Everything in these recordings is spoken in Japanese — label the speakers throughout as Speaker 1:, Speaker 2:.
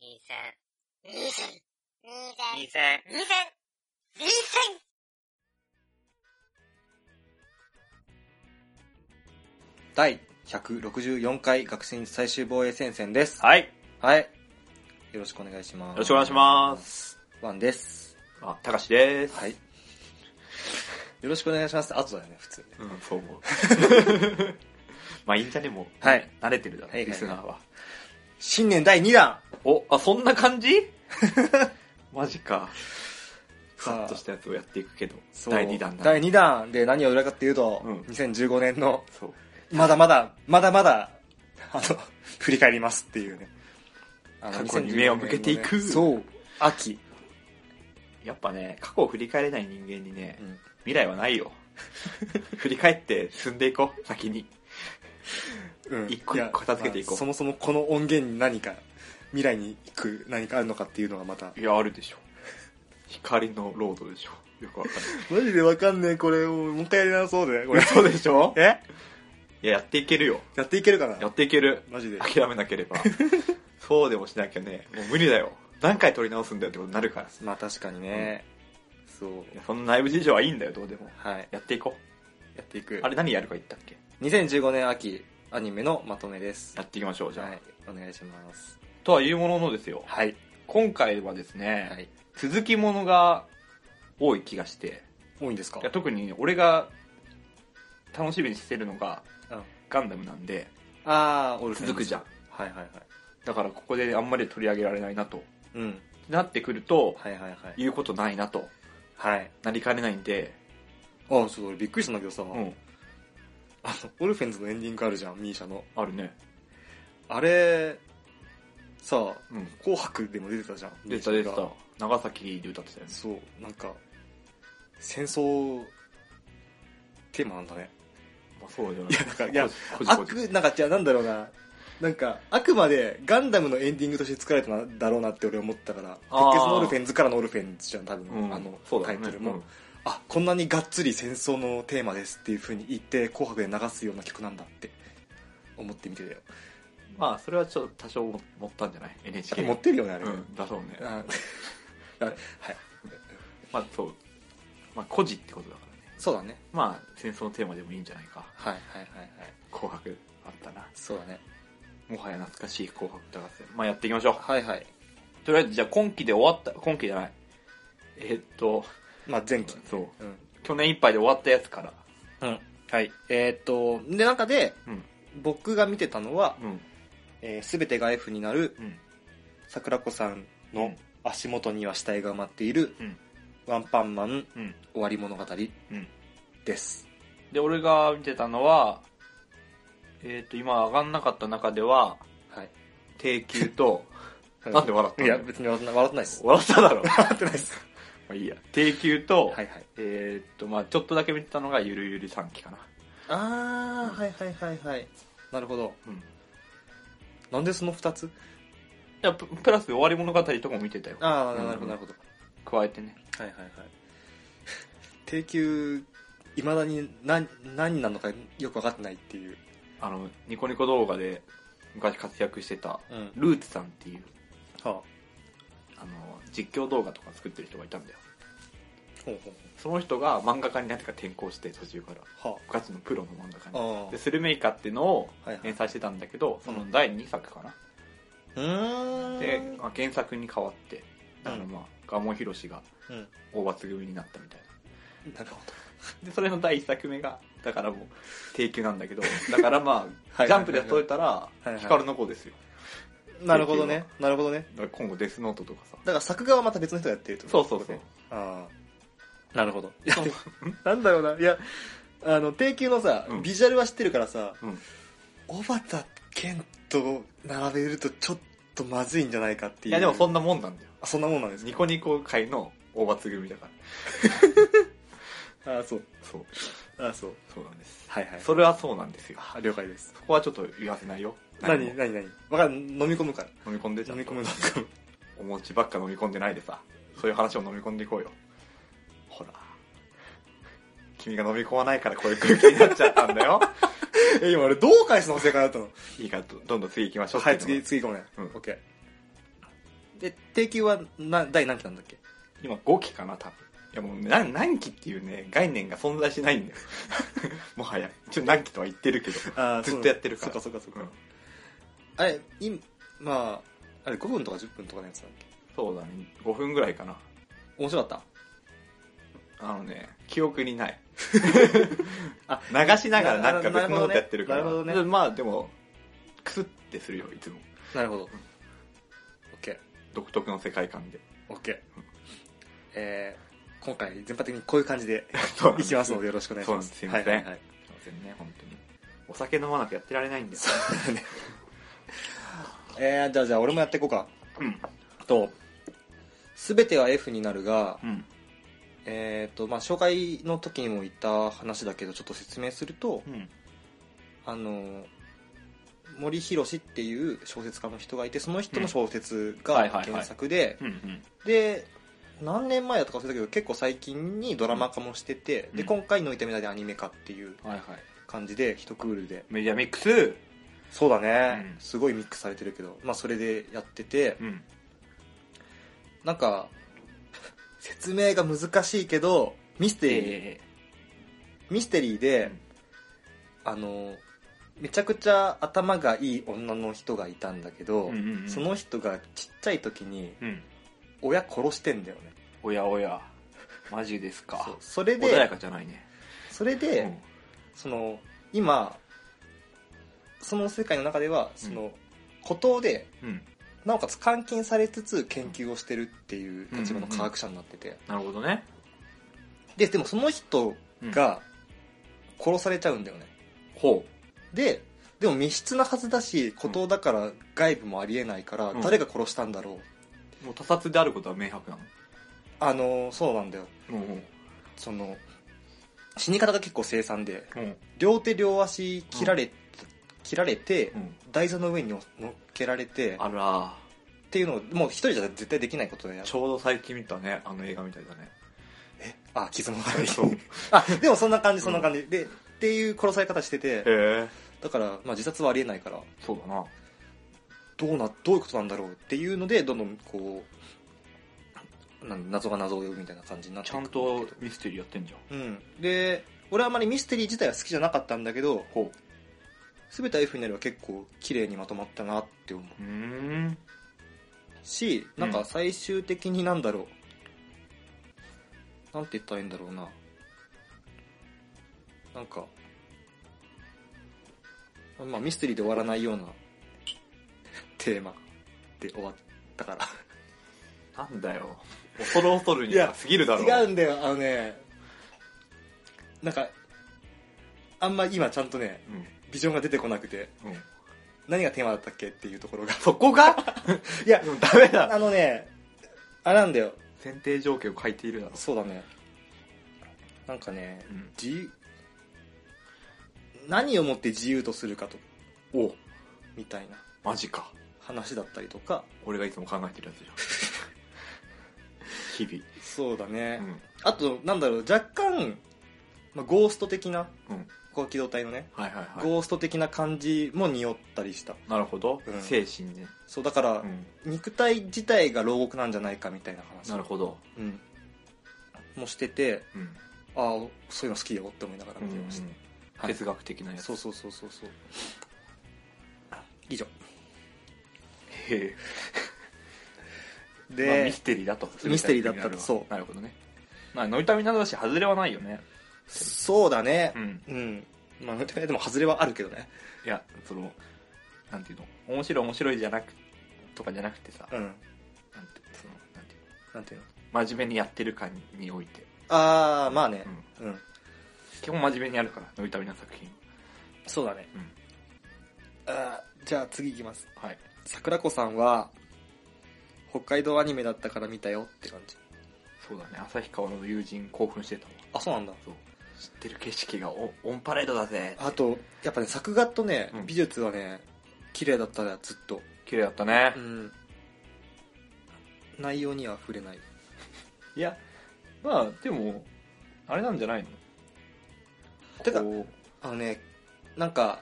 Speaker 1: 二千。
Speaker 2: 二千。二千。
Speaker 1: 二千。
Speaker 2: 二千。二千。
Speaker 3: 第164回学生最終防衛戦線です。
Speaker 4: はい。よ
Speaker 3: はい。よろしくお願いします。
Speaker 4: ろしくお願いします。
Speaker 3: す。ワンです。
Speaker 4: あ、たかしです。
Speaker 3: はい。よろしくお願いします。あとだよね、普通ね。
Speaker 4: うん、そ う思う。まあいいんじゃね、もう。
Speaker 3: はい。
Speaker 4: 慣れてるだろ、
Speaker 3: はいはい
Speaker 4: リスナーは。
Speaker 3: 新年第2弾
Speaker 4: お、あ、そんな 感じマジか。
Speaker 3: さあ
Speaker 4: さっとしたやつをやっていくけど、
Speaker 3: そう
Speaker 4: 第2弾だ。
Speaker 3: 第2弾で何を裏かっていうと、
Speaker 4: うん
Speaker 3: 2015年の、
Speaker 4: そう。
Speaker 3: まだまだ、まだまだ、あの、振り返りますっていうね。あ
Speaker 4: 過去に目を向けていく
Speaker 3: 2015年のねそう。秋。
Speaker 4: やっぱね、過去を振り返れない人間にね
Speaker 3: う、ん
Speaker 4: 未来はないよ。 振り返って進んでいこう、先に。
Speaker 3: うん
Speaker 4: 一個一個片付けてい
Speaker 3: やま
Speaker 4: こう
Speaker 3: あそもそもこの音源に何か未来に行く何かあるのかっていうのが また
Speaker 4: いや、あるでしょ。光のロードでしょ。よくわ かんな
Speaker 3: マジでわかんねえこれもう一回やり直そうでこれ
Speaker 4: い。そうでしょ
Speaker 3: え
Speaker 4: いや、やっていけるよ。
Speaker 3: やっていけるかな
Speaker 4: やっていける。
Speaker 3: マジで
Speaker 4: 諦めなけ ればそうでもしなきゃねもう無理だよ何回取り直すんだよってことになるから
Speaker 3: まあ確かにね、そう
Speaker 4: いやその内部事情はいいんだよどうでも
Speaker 3: はい
Speaker 4: やっていこ
Speaker 3: やっていく
Speaker 4: うあれ何やるか言ったっけ
Speaker 3: 2015年秋アニメのまとめです
Speaker 4: やっていきましょうじゃあ、
Speaker 3: はいお願いします
Speaker 4: とはいうもののですよ
Speaker 3: はい
Speaker 4: 今回はですね、
Speaker 3: はい
Speaker 4: 続きものが多い気がして
Speaker 3: 多いんですか
Speaker 4: いや特に俺が楽しみにしてるのが
Speaker 3: うん
Speaker 4: ガンダムなんで
Speaker 3: ああオルフェンズ
Speaker 4: 続くじゃん
Speaker 3: はいはいはい
Speaker 4: だからここであんまり取り上げられないなと
Speaker 3: うん
Speaker 4: なってくると
Speaker 3: はいはいはい
Speaker 4: 言うことないなと
Speaker 3: はい
Speaker 4: なりかねないんで、
Speaker 3: ああちょっと俺びっくりしたんだけどさ、
Speaker 4: うん、
Speaker 3: あのオルフェンズのエンディングあるじゃんミーシャの
Speaker 4: あるね、
Speaker 3: あれ、さあ、
Speaker 4: うん、
Speaker 3: 紅白でも出てたじゃん。
Speaker 4: 出た出て
Speaker 3: ミーシャ
Speaker 4: た
Speaker 3: が。
Speaker 4: 長崎で歌ってたよね。
Speaker 3: そう、なんか、戦争、テーマなんだね。
Speaker 4: まあ、そうじゃない
Speaker 3: いや、なんか、いや、
Speaker 4: こじこじこじ
Speaker 3: 悪、なんか、じゃあなんだろうな。なんか、あくまでガンダムのエンディングとして作られたんだろうなって俺思ったから、
Speaker 4: あー
Speaker 3: 鉄血のオルフェンズからのオルフェンズじゃん、多分、
Speaker 4: うん、
Speaker 3: あの
Speaker 4: そう、
Speaker 3: タ
Speaker 4: だね
Speaker 3: イトルも、
Speaker 4: うん
Speaker 3: あ、こんなにがっつり戦争のテーマですっていう風に言って、紅白で流すような曲なんだって思ってみてたよ。
Speaker 4: まあ、それはちょっと多少も持ったんじゃない ?NHK
Speaker 3: 持ってるよね、あれ。
Speaker 4: うん、だそうね。
Speaker 3: あ あれはい。
Speaker 4: まあ、そう。まあ、孤児ってことだからね。
Speaker 3: そうだね。
Speaker 4: まあ、戦争のテーマでもいいんじゃないか。
Speaker 3: はいはいはいはい。
Speaker 4: 紅白あったな。
Speaker 3: そうだね。
Speaker 4: もはや懐かしい紅白歌合戦。まあ、やっていきましょ
Speaker 3: はいはい。
Speaker 4: う。とりあえず、じゃあ今期で終わった、今期じゃない。えーっと、
Speaker 3: まあ前期。
Speaker 4: そう。
Speaker 3: うん。
Speaker 4: 去年いっぱいで終わったやつから。
Speaker 3: うん。はい。えーっと、で、中で、
Speaker 4: うん。
Speaker 3: 僕が見てたのは、
Speaker 4: うん。
Speaker 3: えー、全てが F になる
Speaker 4: うん。
Speaker 3: 桜子さんの足元には死体が埋まっている、
Speaker 4: うん
Speaker 3: ワンパンマン
Speaker 4: うん。
Speaker 3: 終わり物語
Speaker 4: うん。
Speaker 3: です。
Speaker 4: で、俺が見てたのは、えっ、と、今上がんなかった中では、
Speaker 3: はい。
Speaker 4: 低級 と、なんで笑った
Speaker 3: い
Speaker 4: の
Speaker 3: や、別に笑ってない笑ってないです。
Speaker 4: 笑っただろ。ま
Speaker 3: 笑ってないです。
Speaker 4: あいいや。低級と、
Speaker 3: はいはい。
Speaker 4: えっ、と、まあちょっとだけ見てたのがゆるゆる3期かな。
Speaker 3: あー、はいはいはいはい。なるほど。
Speaker 4: うん。
Speaker 3: なんでその二つ
Speaker 4: いや、ププラス終わり物語とかも見てたよ。
Speaker 3: あー、
Speaker 4: うん
Speaker 3: なるほどなるほど。
Speaker 4: 加えてね。
Speaker 3: はいはいはい 定休いまだに何何なのかよく分かってないっていう、
Speaker 4: あの、ニコニコ動画で昔活躍してた、
Speaker 3: うん
Speaker 4: ルーツさんっていう、
Speaker 3: は
Speaker 4: あの、実況動画とか作ってる人がいたんだよ。
Speaker 3: ほうほう
Speaker 4: その人が漫画家になってから転校して、途中から。
Speaker 3: ほうは
Speaker 4: ガチのプロの漫画家に
Speaker 3: あ。あ
Speaker 4: でスルメイカっていうのを
Speaker 3: はいはい
Speaker 4: 連載してたんだけど、その第2作かな、
Speaker 3: うーん
Speaker 4: で、まあ原作に変わって
Speaker 3: うん
Speaker 4: あのまあ蒲生宏が
Speaker 3: うん
Speaker 4: 大罰組になったみたい
Speaker 3: なるほど
Speaker 4: なでそれの第1作目がだからもう低級なんだ けどだからま
Speaker 3: はいはいはいは
Speaker 4: あ
Speaker 3: い
Speaker 4: ジャンプで例えたら
Speaker 3: いはい
Speaker 4: 光の子ですよ
Speaker 3: なるほどねなるほどね
Speaker 4: だから今後デスノートとかさ
Speaker 3: だから作画はまた別の人がやってるって
Speaker 4: そ
Speaker 3: こと
Speaker 4: うそうそう
Speaker 3: ああなるほどいや
Speaker 4: そう
Speaker 3: なんだろうないやあの定休のさ、
Speaker 4: うん
Speaker 3: ビジュアルは知ってるからさ
Speaker 4: うん
Speaker 3: 小畑健と並べるとちょっとまずいんじゃないかってい
Speaker 4: いう
Speaker 3: い
Speaker 4: やでもそんなもんなんだよ
Speaker 3: そんなもんなんです
Speaker 4: ニコニコ界の大罰組だから
Speaker 3: ああそう
Speaker 4: そう
Speaker 3: ああそう
Speaker 4: そうなんです
Speaker 3: はいはい
Speaker 4: それはそうなんですよ
Speaker 3: あ了解です
Speaker 4: そこはちょっと言わせないよ
Speaker 3: 何
Speaker 4: も
Speaker 3: 何何わかん飲み込むから。
Speaker 4: 飲み込んでちゃ
Speaker 3: 飲
Speaker 4: ん
Speaker 3: み
Speaker 4: と
Speaker 3: 込む飲み込 む。
Speaker 4: お餅ばっか飲み込んでないでさそういう話を飲み込んでいこうよほら君が飲み込まないからこういう空気になっちゃった んだよ
Speaker 3: え、今俺どう返すの正解だったの
Speaker 4: いいからどどんどん次行きましょう
Speaker 3: はい、次、次
Speaker 4: 次
Speaker 3: 行こうね。
Speaker 4: うん
Speaker 3: オッケー。で定休はな第何期なんだっけ
Speaker 4: 今5期かな多分いやもう何何期っていうね概念が存在しないんだよ もはや一応何期とは言ってるけど
Speaker 3: あ
Speaker 4: ずっとやってるから
Speaker 3: そうそっかそっかそっか、
Speaker 4: うん
Speaker 3: あれ今まああれ5分とか10分とかのやつなんだっ
Speaker 4: そうだね5分ぐらいかな
Speaker 3: け面白かっ
Speaker 4: あのね記憶にない
Speaker 3: あ
Speaker 4: 流しながらなんか別のことやってるから
Speaker 3: なるほどねなるほど
Speaker 4: まあでもクスってするよいつも
Speaker 3: たなるほど OK
Speaker 4: 独特の世界観で
Speaker 3: OK えー、今回全般的にこういう感じ で
Speaker 4: そうなん
Speaker 3: い
Speaker 4: で
Speaker 3: きますのでよろしくお願いします
Speaker 4: そうなんですすいません
Speaker 3: はいはいはい
Speaker 4: すいませんね本当にお酒飲まなきゃやってられないんだよ
Speaker 3: えー、じゃあじゃあ俺もやっていこうか
Speaker 4: うん
Speaker 3: と「すべては F になるが」
Speaker 4: うん
Speaker 3: えーとまあ、紹介の時にも言った話だけどちょっと説明すると、
Speaker 4: うん
Speaker 3: あの森博っていう小説家の人がいてその人の小説
Speaker 4: うんはい
Speaker 3: が
Speaker 4: はいはい
Speaker 3: 原作で、
Speaker 4: うんうん
Speaker 3: で何年前だとか忘れたけど結構最近にドラマ化もしてて、
Speaker 4: うん
Speaker 3: で今回「のいたみだ」でアニメ化っていう
Speaker 4: はいはい
Speaker 3: 感じで一クールで
Speaker 4: メディアミックス
Speaker 3: そうだね、
Speaker 4: うん
Speaker 3: すごいミックスされてるけど、まあ、それでやってて、
Speaker 4: うん
Speaker 3: なんか説明が難しいけどミステリー、ミステリーで、あのめちゃくちゃ頭がいい女の人がいたんだけど、
Speaker 4: うんうんうん
Speaker 3: その人がちっちゃい時に
Speaker 4: うん
Speaker 3: 親殺してんだよね
Speaker 4: おやおやマジです
Speaker 3: そう
Speaker 4: か
Speaker 3: それ
Speaker 4: 穏や
Speaker 3: で
Speaker 4: かじゃないね
Speaker 3: それで、
Speaker 4: うん
Speaker 3: その今その世界の中ではその、孤島で
Speaker 4: うん
Speaker 3: なおかつ監禁されつつ研究をしてるっていう立場の科学者になってて、
Speaker 4: なるほどね
Speaker 3: ででもその人が殺されちゃうんだよね、
Speaker 4: ほ
Speaker 3: ででも密室なはずだし孤島だから外部もありえないから、
Speaker 4: うん
Speaker 3: 誰が殺したんだろう
Speaker 4: うもう他殺であることは明白な
Speaker 3: あのそうなんだよ
Speaker 4: のうん
Speaker 3: その死に方が結構凄惨で
Speaker 4: うん
Speaker 3: 両手両足切られ,、切られて、
Speaker 4: うん
Speaker 3: 台座の上に乗っけられてっ
Speaker 4: あら
Speaker 3: ていうのをもう一人じゃ絶対できないことでやる
Speaker 4: ちょうど最近見たねあの映画みたいだね
Speaker 3: あ傷も悪い
Speaker 4: そうへ
Speaker 3: あでもそんな感じ
Speaker 4: うん
Speaker 3: そんな感じ、でっていう殺され方してて
Speaker 4: え
Speaker 3: だから、まあ、自殺はありえないから
Speaker 4: そうだな
Speaker 3: どうなどういうことなんだろうっていうのでどんどんこうなん謎が謎を呼ぶみたいな感じになってい
Speaker 4: ち
Speaker 3: く
Speaker 4: ゃ
Speaker 3: ん
Speaker 4: ん
Speaker 3: だけど
Speaker 4: とミステリーやってんじゃ
Speaker 3: う
Speaker 4: ん
Speaker 3: ん、で俺はあまりミステリー自体は好きじゃなかったんだけど
Speaker 4: ほ
Speaker 3: 全て F になれば結構綺麗にまとまったなって思う
Speaker 4: ううん
Speaker 3: しなんか最終的になんだろう、なんて言ったらいいんだろうななんか、まあ、ミステリーで終わらないようなテーマで終わったから
Speaker 4: なんだよ恐る恐るに
Speaker 3: いや
Speaker 4: は過ぎるだろ
Speaker 3: 違うんだよあのねなんかあんま今ちゃんとね
Speaker 4: うん
Speaker 3: ビジョンが出てこなくて
Speaker 4: うん
Speaker 3: 何がテーマだったっけっていうところが
Speaker 4: そこが
Speaker 3: いや
Speaker 4: でもダメだ
Speaker 3: あのねあれなんだよ
Speaker 4: 選定条件を書いているだろ
Speaker 3: そうだねなんかね
Speaker 4: うん
Speaker 3: 自何をもって自由とするかと
Speaker 4: お
Speaker 3: みたいな
Speaker 4: マジか
Speaker 3: 話だったりとか
Speaker 4: 俺がいつも考えてるやつじゃん日
Speaker 3: そうだね、
Speaker 4: 々
Speaker 3: あとなんだろう若干、まあ、ゴースト的な
Speaker 4: うんうん
Speaker 3: こう機動隊のね、
Speaker 4: はいはいはい
Speaker 3: ゴースト的な感じも匂ったりした
Speaker 4: なるほど、
Speaker 3: うん
Speaker 4: 精神ね、
Speaker 3: そうだから、
Speaker 4: うん、
Speaker 3: 肉体自体が牢獄なんじゃないかみたいな話
Speaker 4: なるほど、
Speaker 3: うん、もしてて
Speaker 4: うん
Speaker 3: ああそういうの好きよって思いながら見てました、はい
Speaker 4: 哲学的なやつ
Speaker 3: そうそうそうそうそう以上
Speaker 4: へえ、
Speaker 3: で、
Speaker 4: まあミステリーだと
Speaker 3: ミステリーだったとそう
Speaker 4: なるほどねまあノイタミナだし外れはないよね
Speaker 3: そうだね
Speaker 4: うん
Speaker 3: うん、まあでも外れはあるけどね
Speaker 4: いやそのなんていうの面白い面白いじゃなくとかじゃなくてさ、
Speaker 3: うん
Speaker 4: なんてそのなんていう
Speaker 3: なんていうの
Speaker 4: の真面目にやってる感において、
Speaker 3: ああまあね
Speaker 4: うん
Speaker 3: うん、
Speaker 4: 基本真面目にやるからノイタミナ作品
Speaker 3: そうだね、
Speaker 4: うん
Speaker 3: あーじゃあ次いきます
Speaker 4: はい
Speaker 3: 桜子さんは北海道アニメだったから見たよって感じ
Speaker 4: そうだね旭川の友人興奮してたわ
Speaker 3: あそうなんだ
Speaker 4: そう知ってる景色がオオンパレードだぜ
Speaker 3: あとやっぱね作画とね、
Speaker 4: うん
Speaker 3: 美術はね綺麗だったらずっと
Speaker 4: 綺麗だったね、
Speaker 3: うん内容には触れない
Speaker 4: いやまあでもあれなんじゃないの
Speaker 3: てか
Speaker 4: こ
Speaker 3: あのねなんか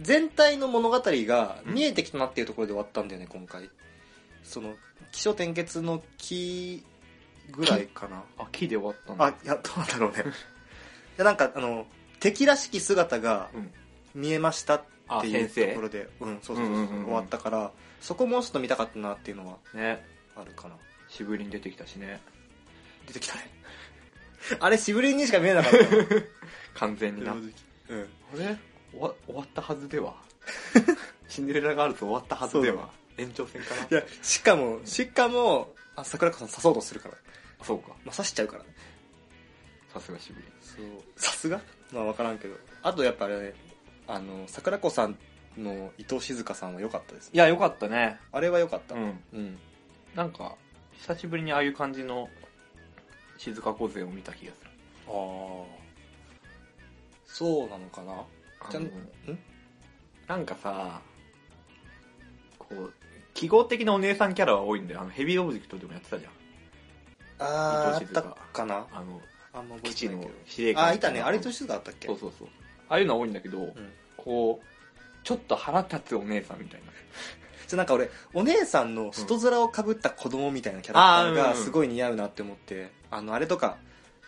Speaker 3: 全体の物語が見えてきたなっていうところで終わったんだよね今回その起承転結の「木」ぐらいかな
Speaker 4: あ木で終わったんだ
Speaker 3: あいやどうなんだろう ねいやなんかあの敵らしき姿が
Speaker 4: うん
Speaker 3: 見えましたってい
Speaker 4: あ先
Speaker 3: う
Speaker 4: 生
Speaker 3: ところでうんそうそうそう,、
Speaker 4: うんうんうんうん
Speaker 3: 終わったからそこもうちょっと見たかったなっていうのは
Speaker 4: ね
Speaker 3: あるかな
Speaker 4: しぶりに出てきたしね
Speaker 3: 出てきたね あれしぶりにしか見えなかった よ
Speaker 4: 完全にな
Speaker 3: うん
Speaker 4: あれ終わ終わったはずではシンデレラガールズ終わったはずでは延長戦かない
Speaker 3: やしかもしかもあ桜子さん刺そうとするから、
Speaker 4: そうか
Speaker 3: まあ、刺しちゃうからね
Speaker 4: さすがしぶり
Speaker 3: そうさすがまあ分からんけどあとやっぱあれねあの桜子さんの伊藤静香さんは良かったですね
Speaker 4: いやよかったね
Speaker 3: あれは良かった
Speaker 4: うん
Speaker 3: うん
Speaker 4: なんか久しぶりにああいう感じの静か小勢を見た気がする
Speaker 3: ああそうなのかなちゃん
Speaker 4: あの
Speaker 3: ん
Speaker 4: なんかさこう記号的なお姉さんキャラは多いんだよあのヘビーオブジェクトでもやってたじゃん
Speaker 3: あーあ
Speaker 4: 伊
Speaker 3: っ
Speaker 4: 藤静
Speaker 3: た
Speaker 4: 香
Speaker 3: かな
Speaker 4: あの
Speaker 3: あんま覚
Speaker 4: 基
Speaker 3: えて
Speaker 4: 地
Speaker 3: ない
Speaker 4: の
Speaker 3: けど
Speaker 4: 司令官
Speaker 3: あいたねあれと
Speaker 4: し
Speaker 3: 静香あったっけ
Speaker 4: そうそうそうああいうのは多いんだけど、
Speaker 3: うん
Speaker 4: こうちょっと腹立つお姉さんみたいな
Speaker 3: じゃあなんか俺お姉さんの外面をかぶった子供みたいなキャラクター
Speaker 4: あー
Speaker 3: が
Speaker 4: うんうん
Speaker 3: すごい似合うなって思って、あのあれとか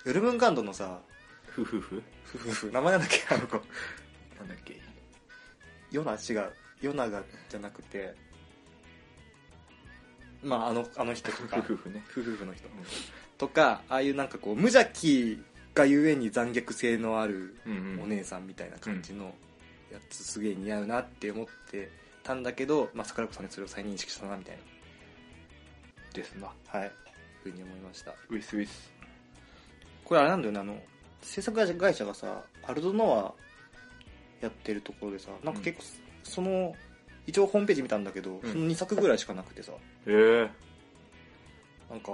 Speaker 3: ヨルムンガンドのさ
Speaker 4: ふふふ
Speaker 3: ふふふ名前なんだっけあの子
Speaker 4: なんだっけ
Speaker 3: ヨナ違うヨナがじゃなくてまああのあの人と
Speaker 4: ふ
Speaker 3: か
Speaker 4: ふふね
Speaker 3: ふふふの人
Speaker 4: うん
Speaker 3: とかああいうなんかこう無邪気がゆえに残虐性のある
Speaker 4: うんうん
Speaker 3: お姉さんみたいな感じのやつすげえ似合うなって思ってたんだけど、まあ、桜子さんにそれを再認識したなみたい
Speaker 4: ですな
Speaker 3: なはいふうに思いました
Speaker 4: ウィスウィス
Speaker 3: これあれなんだよねあの制作会社会社がさアルドノアやってるところでさなんか結構、その一応ホームページ見たんだけど、
Speaker 4: うん
Speaker 3: その2作ぐらいしかなくてさ
Speaker 4: へえ
Speaker 3: なんか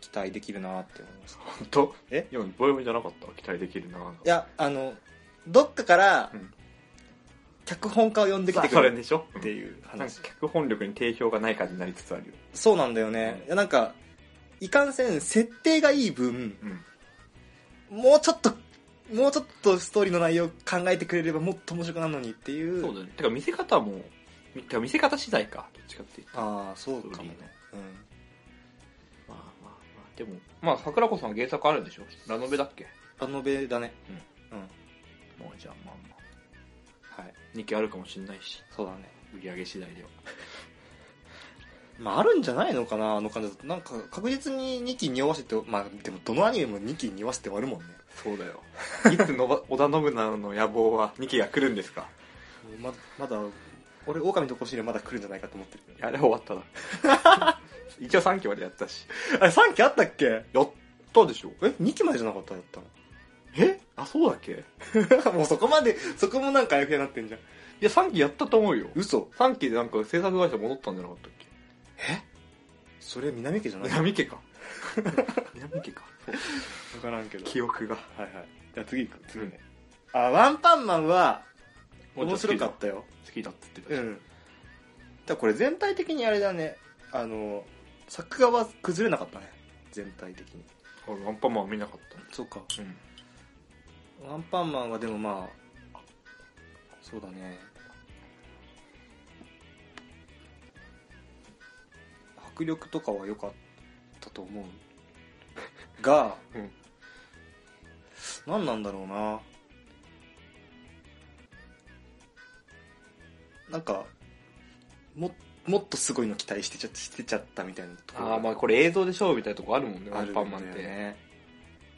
Speaker 3: 期待できるなって思いました
Speaker 4: 本当
Speaker 3: え
Speaker 4: 今ボヨボヨじゃなかった期待できるななんか
Speaker 3: いやあのどっかから
Speaker 4: うん
Speaker 3: 脚本家を呼んできて
Speaker 4: そ
Speaker 3: くれ
Speaker 4: れでしょ
Speaker 3: っていう話、
Speaker 4: なんか脚本力に定評がない感じになりつつあるよ
Speaker 3: そうなんだよね、いやなんかいかんせん設定がいい分
Speaker 4: うん
Speaker 3: もうちょっともうちょっとストーリーの内容考えてくれればもっと面白くなるのにっていう
Speaker 4: そうだねてか見せ方もみてか見せ方次第かどっちかっていうと
Speaker 3: ああそうかもね
Speaker 4: ストーリーね
Speaker 3: うん
Speaker 4: まあまあまあでもまあ桜子さん原作あるでしょラノベだっけ
Speaker 3: ラノベだねうん、
Speaker 4: もうじゃあまあまあ
Speaker 3: はい
Speaker 4: 2期あるかもしんないし
Speaker 3: そうだね
Speaker 4: 売り上げ次第では
Speaker 3: まああるんじゃないのかなあの感じだとなんか確実に2期に合わせてまあでもどのアニメも2期に合わせて終わるもんね
Speaker 4: そうだ よいつのば織田信長の野望は2期が来るんですか
Speaker 3: ままだ俺狼とコシまだ来るんじゃないかと思ってる
Speaker 4: いやあれ終わったな 一応3期までやったし
Speaker 3: あれ3期あったっけ
Speaker 4: やったでしょ
Speaker 3: え2期までじゃなかっただった
Speaker 4: えあそうだっけい
Speaker 3: のもうそこまでそこもなんかあやふやになってんじゃん
Speaker 4: や3期やったと思うよ
Speaker 3: 嘘
Speaker 4: 3期でなんか制作会社戻ったんじゃなかったっけ
Speaker 3: それ南家じゃないわ
Speaker 4: 南家 か南家かそう
Speaker 3: からんけど
Speaker 4: 記憶が
Speaker 3: はいはいじゃあ次行く次ね、あワンパンマンは面白か
Speaker 4: 好
Speaker 3: ったよ
Speaker 4: きだって言ってた
Speaker 3: う
Speaker 4: し、
Speaker 3: んだからこれ全体的にあれだねあの作画は崩れなかったね全体的に
Speaker 4: 俺ワンパンマンは見なかっ
Speaker 3: そうか
Speaker 4: た、うん、
Speaker 3: ワンパンマンはでもまあそうだね迫力とかは良かったと思う が、
Speaker 4: うん
Speaker 3: 何なんだろうななんかももっとすごいの期待してちゃしてちゃったみたいなところ
Speaker 4: ああまあこれ映像でしょみたいなとこあるもんねワンパンマンって、
Speaker 3: あるんだよね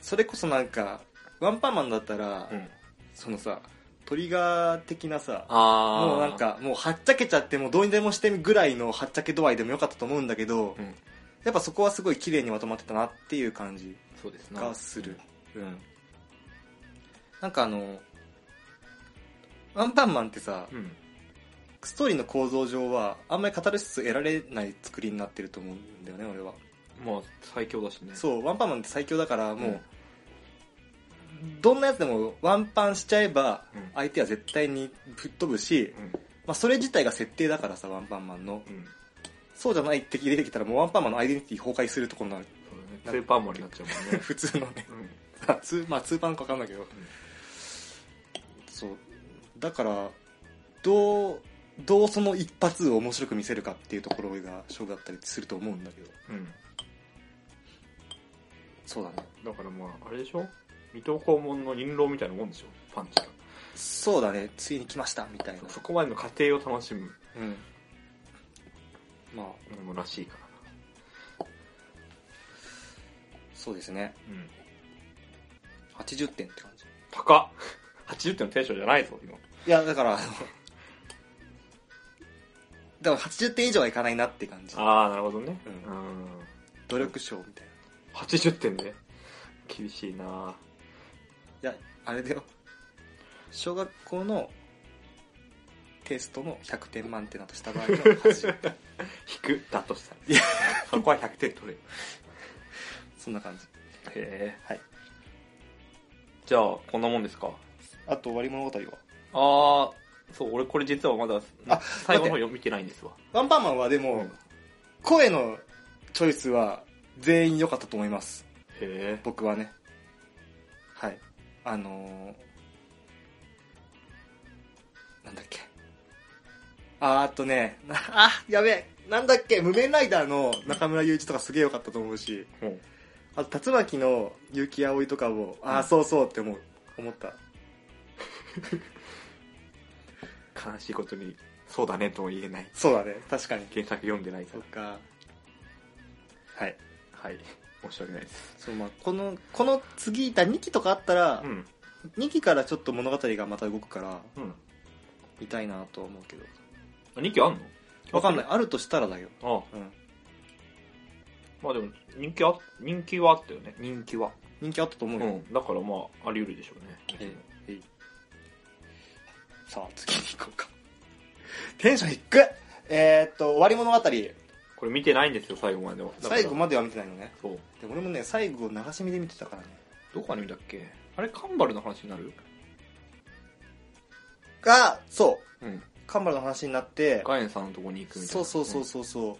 Speaker 3: それこそなんかワンパンマンだったら、
Speaker 4: うん、
Speaker 3: そのさトリガー的なさ
Speaker 4: ああ
Speaker 3: もうなん、かもうはっちゃけちゃってもうどうにでもしてぐらいのはっちゃけ度合いでもよかったと思うんだけど、
Speaker 4: うん、
Speaker 3: やっぱそこはすごい綺麗にまとまってたなっていう感じ
Speaker 4: そうですな
Speaker 3: がするうんなんかあのワンパンマンってさ
Speaker 4: うん
Speaker 3: ストーリーの構造上はあんまり語るしつ得られない作りになってると思うんだよね俺は
Speaker 4: まあ最強だしね
Speaker 3: そうワンパンマンって最強だから
Speaker 4: うん
Speaker 3: もう、どんなやつでもワンパンしちゃえば
Speaker 4: うん
Speaker 3: 相手は絶対に吹っ飛ぶし、
Speaker 4: うん
Speaker 3: まあ、それ自体が設定だからさワンパンマンの
Speaker 4: うん
Speaker 3: そうじゃないって入れてきたらもうワンパンマンのアイデンティティ崩壊するところになる
Speaker 4: そうだねスーパーマンになっちゃうもんね
Speaker 3: 普通のね
Speaker 4: うん
Speaker 3: 通 まあ通パンか分かんないけど、そうだからどうどうその一発を面白く見せるかっていうところが勝負だったりすると思うんだけど
Speaker 4: うん
Speaker 3: そうだね
Speaker 4: だからまああれでしょ水戸黄門の印籠みたいなもんでしょパンチが
Speaker 3: そうだねついに来ましたみたいな
Speaker 4: そこまでの過程を楽しむ
Speaker 3: うんまあ
Speaker 4: のもらしいから
Speaker 3: そうですね
Speaker 4: なうん
Speaker 3: 80点って感じ
Speaker 4: 高っ 80点のテンションじゃないぞ今
Speaker 3: いやだから あのだから80点以上はいかないなって感じ
Speaker 4: ああなるほどね
Speaker 3: うん
Speaker 4: うん
Speaker 3: 努力賞みたいな
Speaker 4: 80点で厳しいない
Speaker 3: やあれだよ小学校のテストの100点満点だとした 場合の80点
Speaker 4: 引くだとしたら
Speaker 3: いや
Speaker 4: そこは100点取れる
Speaker 3: そんな感じ
Speaker 4: へえ
Speaker 3: はい
Speaker 4: じゃあこんなもんですか
Speaker 3: あと終わり物語は
Speaker 4: ああそう俺これ実はまだ
Speaker 3: あ
Speaker 4: 最後の方読みてないんですわ
Speaker 3: ワンパンマンはでも、
Speaker 4: うん
Speaker 3: 声のチョイスは全員良かったと思います
Speaker 4: へえ
Speaker 3: 僕はねはいあのー、なんだっけあーあとねなあやべえなんだっけ無面ライダーの中村雄一とかすげえ良かったと思うし
Speaker 4: うん
Speaker 3: あと竜巻の結城葵とかもああ
Speaker 4: うん
Speaker 3: そうそうって思う思った
Speaker 4: 悲しいことにそうだねとも言えない
Speaker 3: そうだね確かに
Speaker 4: 原作読んでないか
Speaker 3: そ
Speaker 4: ら
Speaker 3: っかはい
Speaker 4: はい申し訳ないです
Speaker 3: そうまあこのこの次いた2期とかあったら、
Speaker 4: うん
Speaker 3: 2期からちょっと物語がまた動くから
Speaker 4: うん
Speaker 3: 見たいなとは思うけど
Speaker 4: 2期あんの
Speaker 3: わかんない
Speaker 4: あ
Speaker 3: あるとしたらだよ
Speaker 4: あ
Speaker 3: うん
Speaker 4: まあでも人気あ人気はあったよね人気は
Speaker 3: 人気あったと思
Speaker 4: う
Speaker 3: うよ、
Speaker 4: んだからまああり得るでしょう
Speaker 3: え
Speaker 4: ね
Speaker 3: いえいさあ次に行こうかテンション低っえー、っと終わり物語
Speaker 4: これ見てないんですよ最後まではだから
Speaker 3: 最後までは見てないのね
Speaker 4: そう
Speaker 3: で俺もね最後流し見で見てたからね
Speaker 4: どこまで見たっけあれカンバルの話になる
Speaker 3: がそう
Speaker 4: うん
Speaker 3: カンバラの話になって
Speaker 4: ガエンさんのとこに行くみたい
Speaker 3: そう
Speaker 4: な
Speaker 3: そうそうそうそう、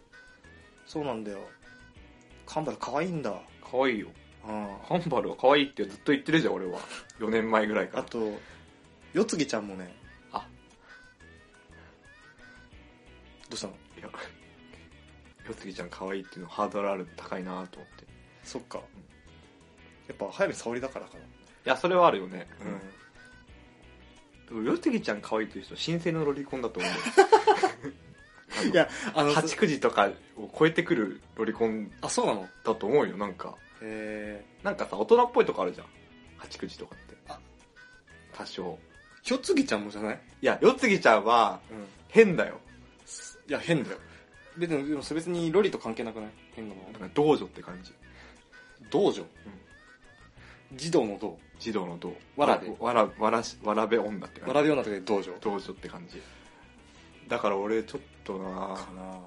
Speaker 3: そうなんだよカンバラ可愛いんだ
Speaker 4: うん可愛いよ
Speaker 3: うん
Speaker 4: カンバルは可愛いってずっと言ってるじゃん俺は4年前ぐらいか
Speaker 3: あ
Speaker 4: ら
Speaker 3: と世継ぎちゃんもね
Speaker 4: あ
Speaker 3: どうしたの
Speaker 4: いやよつぎちゃん可愛いっていうのハードルある高いなと思ってい
Speaker 3: そっかやっぱ早見沙織だからか
Speaker 4: やそれはあるよね
Speaker 3: な
Speaker 4: うんよつぎちゃん可愛いっていう人新鮮なロリコンだ と思うあの
Speaker 3: いやあの
Speaker 4: 8くじとかを超えてくるロリコン
Speaker 3: あそうなのへ
Speaker 4: だと思うよなんか
Speaker 3: え
Speaker 4: なんかさ大人っぽいとこあるじゃん8くじとかって
Speaker 3: あ
Speaker 4: 多少
Speaker 3: 世継ぎちゃんもじゃない
Speaker 4: いやよつぎちゃんは
Speaker 3: うん
Speaker 4: 変だよ
Speaker 3: いや変だよ別にでもそれ別にロリと関係なくない変なの
Speaker 4: なんか道女って感じ
Speaker 3: 道場、児童の道
Speaker 4: 児童の道
Speaker 3: わらべ
Speaker 4: わらわらしわらべ女って感
Speaker 3: 笑
Speaker 4: じ
Speaker 3: うような時で道場
Speaker 4: 道女って感じだから俺ちょっとな
Speaker 3: かな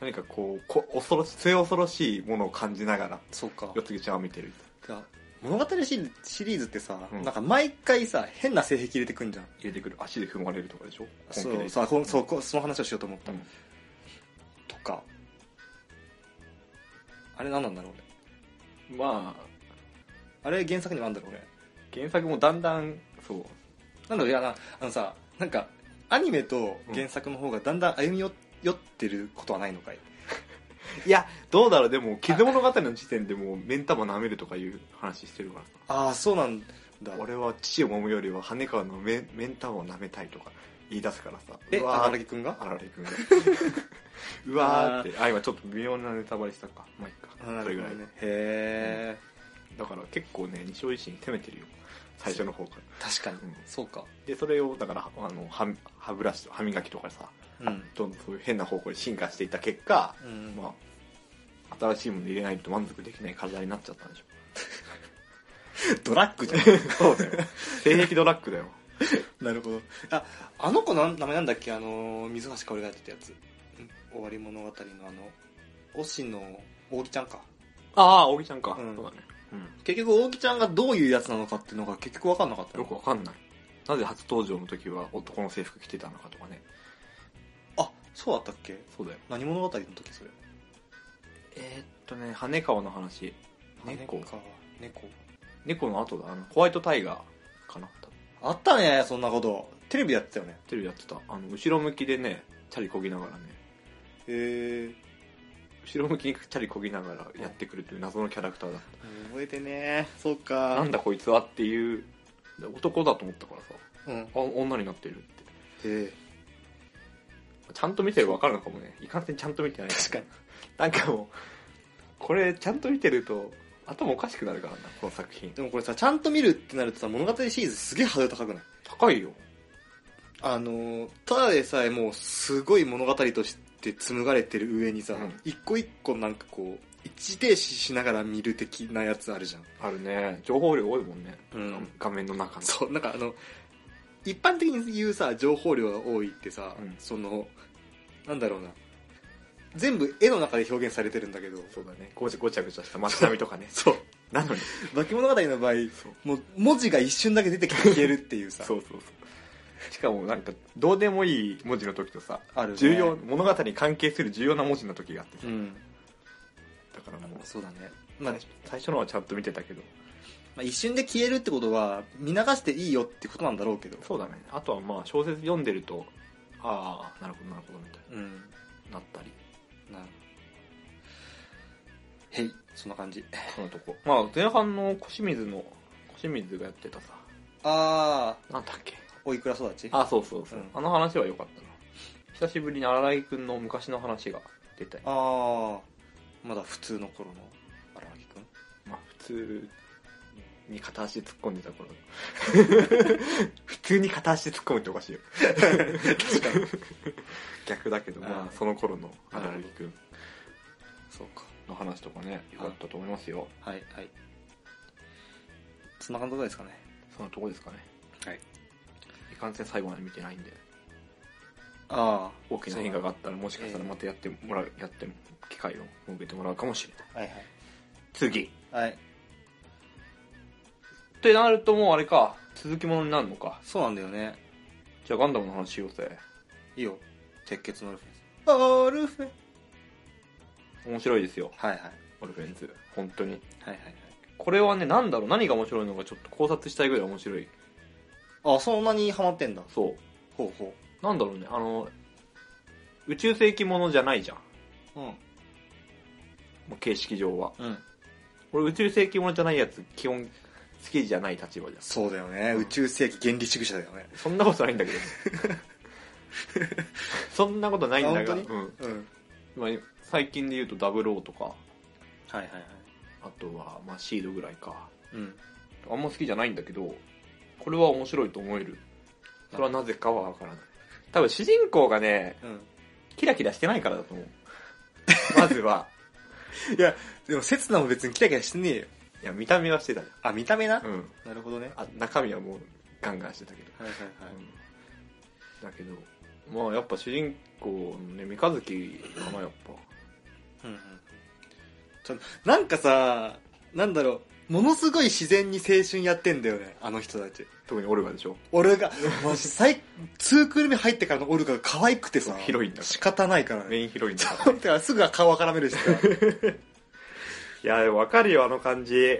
Speaker 4: 何かこうこ恐ろし末恐ろしいものを感じながら
Speaker 3: そうか
Speaker 4: よつぎちゃんを見てる
Speaker 3: いや物語シリシリーズってさ、
Speaker 4: うん
Speaker 3: なんか毎回さ変な性癖入れてくんじゃん
Speaker 4: 入れてくる足で踏まれるとかでしょ本気
Speaker 3: そう
Speaker 4: で
Speaker 3: さこんそうこその話をしようと思った、
Speaker 4: うん
Speaker 3: とかあれ何なんだろうね
Speaker 4: まあ
Speaker 3: あれ原作にもあるんだろうね
Speaker 4: 原作もだんだんそう
Speaker 3: なんだろういやなあのさなんかアニメと原作の方がだんだん歩み寄寄ってることはないのかい
Speaker 4: いやどうだろうでも「傷物語」の時点でもう目ん玉舐めるとかいう話してるからさ
Speaker 3: ああそうなんだ
Speaker 4: 俺は父を揉むよりは羽川の目目ん玉を舐めたいとか言い出すからさ
Speaker 3: え
Speaker 4: うわー
Speaker 3: 荒木君が
Speaker 4: あられくんが うわーってあ今ちょっと微妙なネタバレしたかまあい
Speaker 3: あ
Speaker 4: っか
Speaker 3: ーな
Speaker 4: それ
Speaker 3: る
Speaker 4: ぐ
Speaker 3: ほ
Speaker 4: ら
Speaker 3: ど
Speaker 4: い、
Speaker 3: ねへえ、
Speaker 4: だから結構ね西尾維新攻めてるよ最初の方から
Speaker 3: 確かに、
Speaker 4: うん
Speaker 3: そうか
Speaker 4: でそれをだからあの歯歯ブラシと歯磨きとかさ
Speaker 3: うん
Speaker 4: どんどんそういう変な方向に進化していった結果、
Speaker 3: うん
Speaker 4: まあ新しいもの入れないと満足できない体になっちゃったんでしょ
Speaker 3: ドラッグじゃん
Speaker 4: そうだよ性癖ドラッグだよ
Speaker 3: なるほどああの子なん名前なんだっけあのー水橋かおりがやってたやつ「終わり物語」のあの押の扇ちゃんか
Speaker 4: ああ小木ちゃんか、
Speaker 3: うん
Speaker 4: そうだね、
Speaker 3: 結局扇ちゃんがどういうやつなのかっていうのが結局分かんなかった
Speaker 4: よくわかんないなぜ初登場の時は男の制服着てたのかとかね
Speaker 3: あそうだったっけ
Speaker 4: そうだよ
Speaker 3: 何物語の時それ
Speaker 4: えーっとね羽川の話猫
Speaker 3: か猫
Speaker 4: 猫の後だあのホワイトタイガーかな多分
Speaker 3: あったねそんなことテレビやってたよね
Speaker 4: テレビやってたあの後ろ向きでねチャリこぎながらね
Speaker 3: へえ
Speaker 4: 後ろ向きにチャリこぎながらやってくるという謎のキャラクターだっ
Speaker 3: 覚えてねそう
Speaker 4: た
Speaker 3: か
Speaker 4: なんだこいつはっていうで男だと思ったからさ
Speaker 3: うんへ
Speaker 4: あ女になってるって
Speaker 3: え
Speaker 4: ちゃんと見てれば分かるのかもねいかんせんちゃんと見てない
Speaker 3: 確かに
Speaker 4: なんかもうこれちゃんと見てると頭おかしくなるからなこの作品
Speaker 3: でもこれさちゃんと見るってなるとさ物語シリーズすげえハードル高くない
Speaker 4: 高いよ
Speaker 3: あのーただでさえもうすごい物語として紡がれてる上にさ、
Speaker 4: うん
Speaker 3: 一個一個なんかこう一時停止しながら見る的なやつあるじゃん
Speaker 4: あるね情報量多いもんね、
Speaker 3: うん
Speaker 4: 画面の中の
Speaker 3: そうなんかあの一般的に言うさ情報量が多いってさ、
Speaker 4: うん
Speaker 3: そのなんだろうな全部絵の中で表現されてるんだけど
Speaker 4: そうだねごちゃごちゃごちゃした街並みと かね
Speaker 3: そう
Speaker 4: なのに
Speaker 3: 化け物語の場合
Speaker 4: そう
Speaker 3: もう文字が一瞬だけ出てきて消えるっていうさ
Speaker 4: そうそうそうしかもなんかどうでもいい文字の時とさ
Speaker 3: あるね
Speaker 4: 重要物語に関係する重要な文字の時があってさ、
Speaker 3: うん
Speaker 4: だからもう
Speaker 3: そうだね、まあ
Speaker 4: 最初最初のはちゃんと見てたけど
Speaker 3: まあ一瞬で消えるってことは見流していいよってことなんだろうけど
Speaker 4: そうだねあとはまあ小説読んでるとああなるほどなるほどみたい
Speaker 3: うん
Speaker 4: になったり
Speaker 3: なへいそんな感じ
Speaker 4: そのとこまあ前半の小清水の小清水がやってたさ
Speaker 3: ああ
Speaker 4: なんだっけ
Speaker 3: おいくら育ち
Speaker 4: あそうそうそう、
Speaker 3: うん
Speaker 4: あの話は良かったな久しぶりに荒井くんの昔の話が出たよ
Speaker 3: あーまだ普通の頃の荒木くん
Speaker 4: まあ普通に片足で突っ込んでた頃 普通に片足で突っ込むっておかしいよ逆だけどま
Speaker 3: あー
Speaker 4: あその頃の荒井くん
Speaker 3: そうか
Speaker 4: の話とかね良かったと思いますよ
Speaker 3: はいはいそんな感じですかね
Speaker 4: そのとこですかね
Speaker 3: はい
Speaker 4: いかんせん最後まで見てないんで
Speaker 3: ああ
Speaker 4: 大きな変化があったらもしかしたらまたやってもらう、やっても機会を設けてもらうかもしれない
Speaker 3: はい
Speaker 4: 次
Speaker 3: はいはい
Speaker 4: ってなるともうあれか続きものになるのか
Speaker 3: そうなんだよね
Speaker 4: じゃあガンダムの話しようぜ
Speaker 3: いいよ鉄血のオルフェンスオルフェン
Speaker 4: 面白いですよ
Speaker 3: はいはい
Speaker 4: オルフェンズ本当に
Speaker 3: はいはいはい
Speaker 4: これはね何だろう何が面白いのかちょっと考察したいぐらい面白い
Speaker 3: あそんなにハマってんだ
Speaker 4: そう
Speaker 3: ほうほ
Speaker 4: なんだろうねあの宇宙世紀ものじゃないじゃん
Speaker 3: ううん
Speaker 4: もう形式上は
Speaker 3: うん
Speaker 4: 俺宇宙世紀ものじゃないやつ基本好きじゃない立場じゃん
Speaker 3: そうだよね、
Speaker 4: うん
Speaker 3: 宇宙世紀原理主義者だよね
Speaker 4: そんなことないんだけど そんなことないんだが、
Speaker 3: あ
Speaker 4: う
Speaker 3: 本当
Speaker 4: ん
Speaker 3: うん
Speaker 4: まあ、最近で言うと00とか
Speaker 3: はいはいはい
Speaker 4: あとはまあシードぐらいか
Speaker 3: うん
Speaker 4: あんま好きじゃないんだけどこれは面白いと思えるそれはなぜかはわからない多分主人公がね
Speaker 3: うん
Speaker 4: キラキラしてないからだ と思うまずはい
Speaker 3: やでも刹那も別にキラキラしてねえよ
Speaker 4: いや見た目はしてたじ
Speaker 3: あ見た目な、
Speaker 4: ゃん、うん、
Speaker 3: なるほどね
Speaker 4: あ中身はもうガンガンしてたけど、
Speaker 3: はいはいはい、
Speaker 4: うんだけどまあやっぱ主人公のね三日月かなやっぱ
Speaker 3: うんうんちょなんかさなんだろうものすごい自然に青春やってんだよねあの人たち
Speaker 4: 特にオルガでしょ
Speaker 3: 俺がマジ最2クール目入ってからのオルガが可愛くてさ
Speaker 4: ヒロインだから
Speaker 3: 仕方ないから
Speaker 4: メ
Speaker 3: ね
Speaker 4: インヒロインだから
Speaker 3: だからすぐ顔絡めるしさ
Speaker 4: いやでもわかるよあの感じ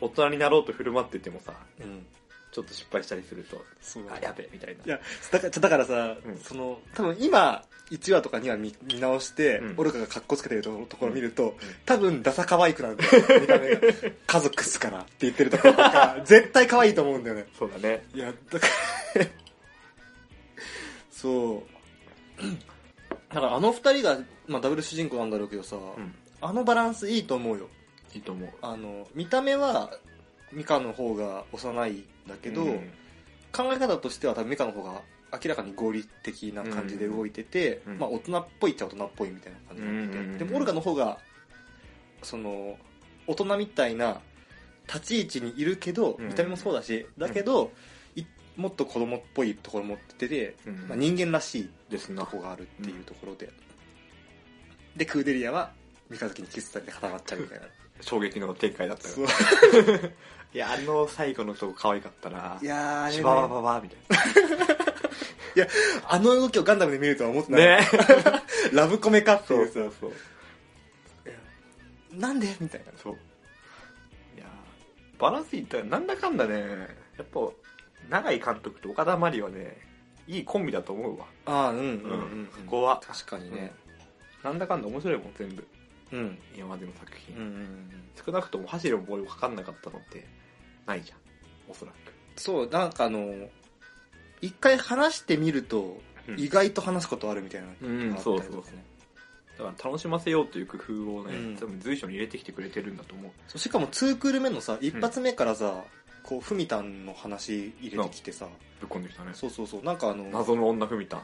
Speaker 4: 大人になろうと振る舞っててもさ
Speaker 3: うん
Speaker 4: ちょっと失敗したりすると
Speaker 3: そう
Speaker 4: あやべえみたいない
Speaker 3: やだからだからさ、
Speaker 4: うん
Speaker 3: その多分今1話とか2話見見直して、
Speaker 4: うん
Speaker 3: オルカが格好つけてるとところ見ると、多分ダサ可愛くなるんだよ見た目が家族っすからって言ってるところとか絶対可愛いと思うんだよね
Speaker 4: そうだね
Speaker 3: いやだからそうだからあの二人が、まあ、ダブル主人公なんだろうけどさ、
Speaker 4: うん
Speaker 3: あのバランスいいと思うよ
Speaker 4: いいと思う
Speaker 3: あの見た目はミカの方が幼いんだけど、
Speaker 4: うん
Speaker 3: 考え方としては多分ミカの方が明らかに合理的な感じで動いてて、
Speaker 4: うんうん
Speaker 3: まあ、大人っぽいっちゃ大人っぽいみたいな感じになってて、
Speaker 4: うんうんうん
Speaker 3: でもオルガの方がその大人みたいな立ち位置にいるけど
Speaker 4: うん
Speaker 3: 見た目もそうだし、だけど、いもっと子供っぽいところ持ってて、
Speaker 4: うん
Speaker 3: まあ、人間らしい
Speaker 4: ですな
Speaker 3: とこがあるっていうところで、でクーデリアは三日月にキスされて固まっちゃうみたいな
Speaker 4: 衝撃の展開だった
Speaker 3: そう
Speaker 4: よ いやあの最後のとこ可愛かったない
Speaker 3: やーあれ
Speaker 4: シ
Speaker 3: ね
Speaker 4: ュババババみたい
Speaker 3: あの動きをガンダムで見るとは思ってない、
Speaker 4: なね
Speaker 3: ラブコメかってい
Speaker 4: そううそうそう
Speaker 3: なんでみたいな
Speaker 4: そういやーバランスいったらなんだかんだねやっぱ永井監督と岡田真理はねいいコンビだと思うわ
Speaker 3: ああうんうんうん、うん、
Speaker 4: ここは
Speaker 3: 確かにね、
Speaker 4: なんだかんだ面白いもん全部
Speaker 3: うん、うん
Speaker 4: 今までの作品、
Speaker 3: うんうん
Speaker 4: 少なくとも走るボールかかんなかったのってないじゃんおそら
Speaker 3: そうなんかあの一回話してみると
Speaker 4: く
Speaker 3: 意外と話すことあるみたいなのがあったり
Speaker 4: うんそうそう
Speaker 3: とか
Speaker 4: そう
Speaker 3: ね
Speaker 4: だから楽しませようという工夫をね、
Speaker 3: うん
Speaker 4: 多分随所に入れてきてくれてるんだと思う
Speaker 3: そうしかも2クール目のさ一発目からさ、こうふみたんの話入れてきてさ、
Speaker 4: ぶっ込んできたね
Speaker 3: そうそうそうなんかあのなんか
Speaker 4: 謎の女ふみたん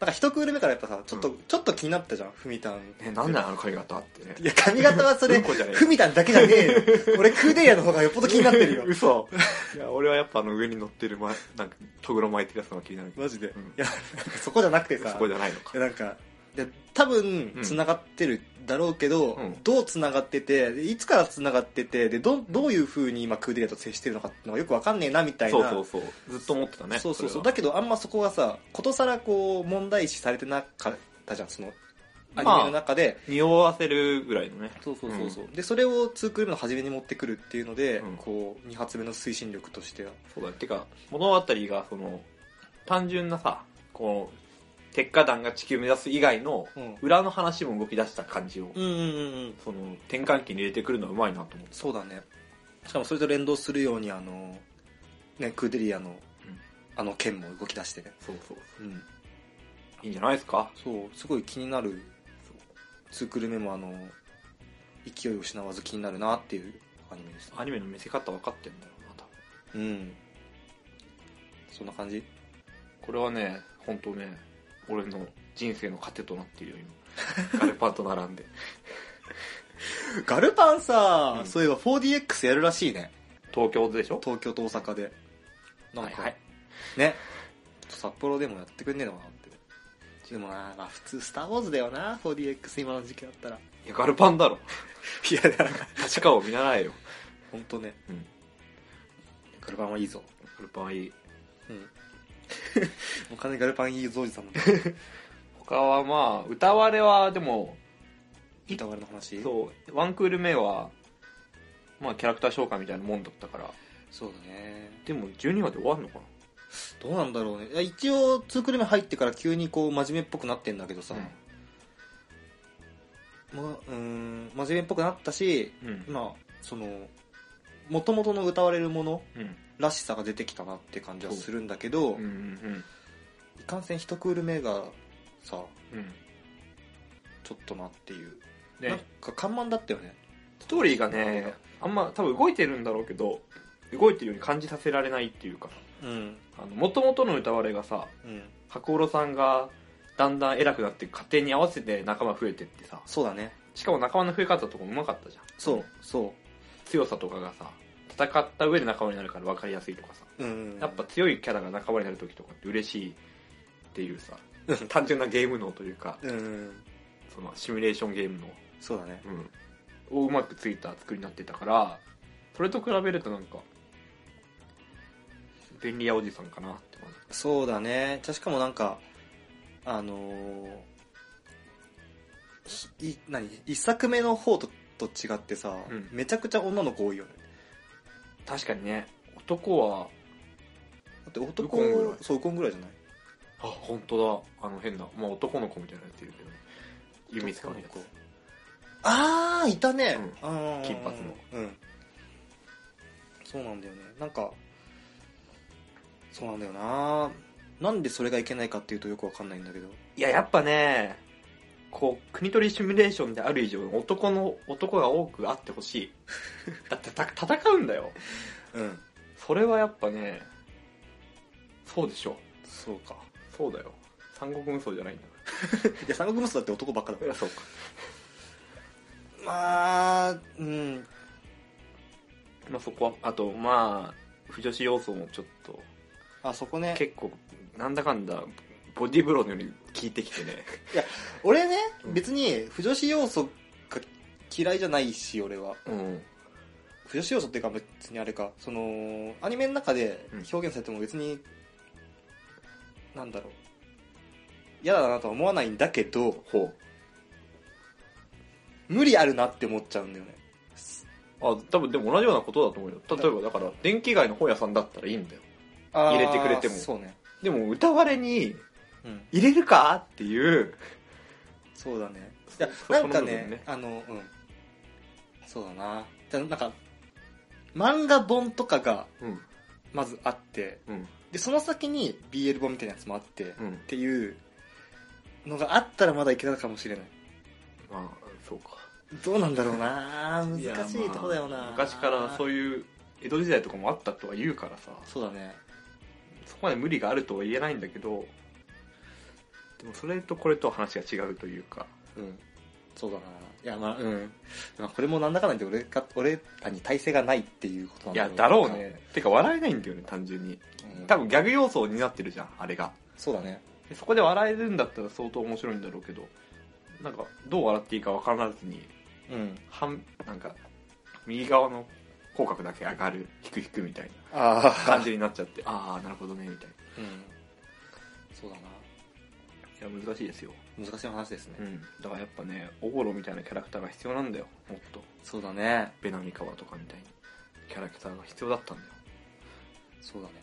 Speaker 3: 1クール目からやっぱさちょっと、
Speaker 4: う
Speaker 3: ちょっと気になったじゃんふみたん
Speaker 4: ねなんなんあの髪型ってね
Speaker 3: いや髪型はそれ
Speaker 4: うんこじゃねえ
Speaker 3: ふみたんだけじゃねえよ俺クーデリアの方がよっぽど気になってるよ
Speaker 4: 嘘いや俺はやっぱあの上に乗ってる、ま、なんかトグロ巻いてるやつのが気になるけど
Speaker 3: マジで、
Speaker 4: うん
Speaker 3: いやなんかそこじゃなくてさ
Speaker 4: そこじゃないのか
Speaker 3: いやなんかで多分
Speaker 4: うん
Speaker 3: つながってるだろうけど、
Speaker 4: うん
Speaker 3: どうつながっててでいつからつながっててでどどういうふうに今クーデリアと接してるのかっていうのがよくわかんねえなみたいな
Speaker 4: そうそうそうずっと思ってたね
Speaker 3: そうそうそう
Speaker 4: れ
Speaker 3: だけどあんまそこがさことさらこう問題視されてなかったじゃんそのア
Speaker 4: ま
Speaker 3: ニ
Speaker 4: あ
Speaker 3: メの中で、
Speaker 4: は匂わせるぐらいのね
Speaker 3: そうそうそうそう、でそれを2クール目の初めに持ってくるっていうので、
Speaker 4: うん
Speaker 3: こう2発目の推進力としては
Speaker 4: そうだてか物語がその単純なさこう鉄火団が地球目指す以外の
Speaker 3: うん
Speaker 4: 裏の話も動き出した感じを、
Speaker 3: うんうんうんうん
Speaker 4: その転換期に入れてくるのはうまいなと思って
Speaker 3: そうだねしかもそれと連動するようにあの、ね、クーデリアの、あの剣も動き出してね
Speaker 4: そうそう
Speaker 3: うん
Speaker 4: いいんじゃないですか
Speaker 3: そうすごい気になる2クール目もあの勢いを失わず気になるなっていうアニメです
Speaker 4: アニメの見せ方分かってんだろうな多分
Speaker 3: うんそんな感じ
Speaker 4: これはね本当ね俺の人生の糧となっているよ今ガルパンと並 んで
Speaker 3: ガルパンさ、
Speaker 4: うん
Speaker 3: そういえば 4DX やるらしいね
Speaker 4: 東京でしょ
Speaker 3: 東京と大阪でなんか、
Speaker 4: はいはい
Speaker 3: ね札幌でもやってくんねえのかなってでもなまあ普通「スター・ウォーズ」だよな 4DX 今の時期だったら
Speaker 4: いやガルパンだろ
Speaker 3: いやだから
Speaker 4: 立川を見習えよ、
Speaker 3: 本当ね
Speaker 4: うん、
Speaker 3: ガルパンはいいぞ
Speaker 4: ガルパンはいい
Speaker 3: うん もう完全にガルパンいいぞおじさんの
Speaker 4: 他はまあ歌われはでも
Speaker 3: 歌われの話
Speaker 4: そうワンクール目はまあキャラクター紹介みたいなもんだったから
Speaker 3: そうだね
Speaker 4: でも12話で終わるのかな
Speaker 3: どうなんだろうねいや一応2クール目入ってから急にこう真面目っぽくなってんだけどさ、まあ、うーん真面目っぽくなったし
Speaker 4: うんうん、
Speaker 3: まあその元々の歌われるもの
Speaker 4: うん
Speaker 3: らしさが出てきたなって感じはするんだけど、
Speaker 4: うんうん
Speaker 3: いかんせん一クール目がさ
Speaker 4: うんうん
Speaker 3: ちょっとなっていう、なん
Speaker 4: で
Speaker 3: か緩慢だったよね
Speaker 4: ストーリーがねあんま多分動いてるんだろうけど動いてるように感じさせられないっていうか
Speaker 3: うん
Speaker 4: あの元々の歌われがさ
Speaker 3: うん
Speaker 4: 白オロさんがだんだん偉くなって家庭に合わせて仲間増えてってさ
Speaker 3: そうだね
Speaker 4: しかも仲間の増え方とかもうまかったじゃん
Speaker 3: そうそ
Speaker 4: 強さとかがさ戦った上で仲間になるから分かりやすいとかさ
Speaker 3: ううん
Speaker 4: やっぱ強いキャラが仲間になる時とかって嬉しいっていうさ 単純なゲーム脳というか
Speaker 3: うん
Speaker 4: そのシミュレーションゲーム
Speaker 3: そうだね
Speaker 4: 脳、うん、をうまくついた作りになってたからそれと比べるとなんか便利屋おじさんかなって感じ
Speaker 3: そうだねじゃあしかもなんかあのーひい何一作目の方とと違ってさ、
Speaker 4: うん
Speaker 3: めちゃくちゃ女の子多いよね
Speaker 4: 確かにね男は
Speaker 3: だって男
Speaker 4: ウコンぐらい
Speaker 3: そうウコンぐらいじゃない
Speaker 4: あ本当だあの変な、まあ、男の子みたいなやついるけどね弓使うや
Speaker 3: 男の子
Speaker 4: つ
Speaker 3: ああいたね、
Speaker 4: うん
Speaker 3: あー
Speaker 4: 金髪の
Speaker 3: うんそうなんだよねなんかそうなんだよななんでそれがいけないかっていうとよくわかんないんだけど
Speaker 4: いややっぱねこう国取りシミュレーションである以上男の男が多くあってほしい だってた戦うんだよ
Speaker 3: うん
Speaker 4: それはやっぱねそうでしょ
Speaker 3: そうか
Speaker 4: そうだよ三国無双じゃないんだか
Speaker 3: いや三国無双だって男ばっかだから
Speaker 4: いやそうか、
Speaker 3: まあうん
Speaker 4: まあ、そこはあとまあ不女子要素もちょっと
Speaker 3: あそこね
Speaker 4: 結構なんだかんだボディーブローのように効いてきてね
Speaker 3: 俺ね
Speaker 4: うん
Speaker 3: 別に不女子要素が嫌いじゃないし俺は
Speaker 4: うん
Speaker 3: 不女子要素っていうか別にあれかそのアニメの中で表現されても別に、なんだろう嫌だなとは思わないんだけど
Speaker 4: ほ
Speaker 3: 無理あるなって思っちゃうんだよね
Speaker 4: うあ多分でも同じようなことだと思うよ例えばだから電気街の本屋さんだったらいいんだよ
Speaker 3: あー
Speaker 4: 入れてくれても
Speaker 3: そうね
Speaker 4: でも歌われに
Speaker 3: うん
Speaker 4: 入れるかっていう
Speaker 3: そうだねい
Speaker 4: そ
Speaker 3: や
Speaker 4: そ
Speaker 3: なんか
Speaker 4: その部
Speaker 3: ね
Speaker 4: 分ね
Speaker 3: あのうんそうだなじゃあなんか漫画本とかが
Speaker 4: うん
Speaker 3: まずあって
Speaker 4: うん
Speaker 3: でその先に BL 本みたいなやつもあって、っ
Speaker 4: うん
Speaker 3: ていうのがあったらまだいけたかもしれない
Speaker 4: まあそうか
Speaker 3: どうなんだろうな難
Speaker 4: や
Speaker 3: しいとこだよな、
Speaker 4: まあ昔からそう
Speaker 3: いう
Speaker 4: いう江戸時代とかもあったとは言うからさ
Speaker 3: そうだね
Speaker 4: そこまで無理があるとは言えないんだけどでもそれとこれとは話が違うというか
Speaker 3: うんそうだないやまあうん、まあ、これもなんだかんだ言って俺か俺らに耐性がないっていうことなん
Speaker 4: い
Speaker 3: だ
Speaker 4: や
Speaker 3: ろう
Speaker 4: だろうねてか笑えないんだよね単純に
Speaker 3: うん
Speaker 4: 多分ギャグ要素になってるじゃんあれが
Speaker 3: そうだね
Speaker 4: でそこで笑えるんだったら相当面白いんだろうけどなんかどう笑っていいか分からずに
Speaker 3: うん
Speaker 4: 半なんか右側の口角だけ上がるひくひくみたい
Speaker 3: あ
Speaker 4: な
Speaker 3: あ
Speaker 4: 感じになっちゃってああなるほどねみたい
Speaker 3: うんそうだな
Speaker 4: ないや難しいですよ、
Speaker 3: 難しい話ですね、
Speaker 4: うん、だからやっぱねオゴロみたいなキャラクターが必要なんだよもっと
Speaker 3: そうだね
Speaker 4: ベナミカワとかみたいにキャラクターが必要だったんだよ
Speaker 3: そうだね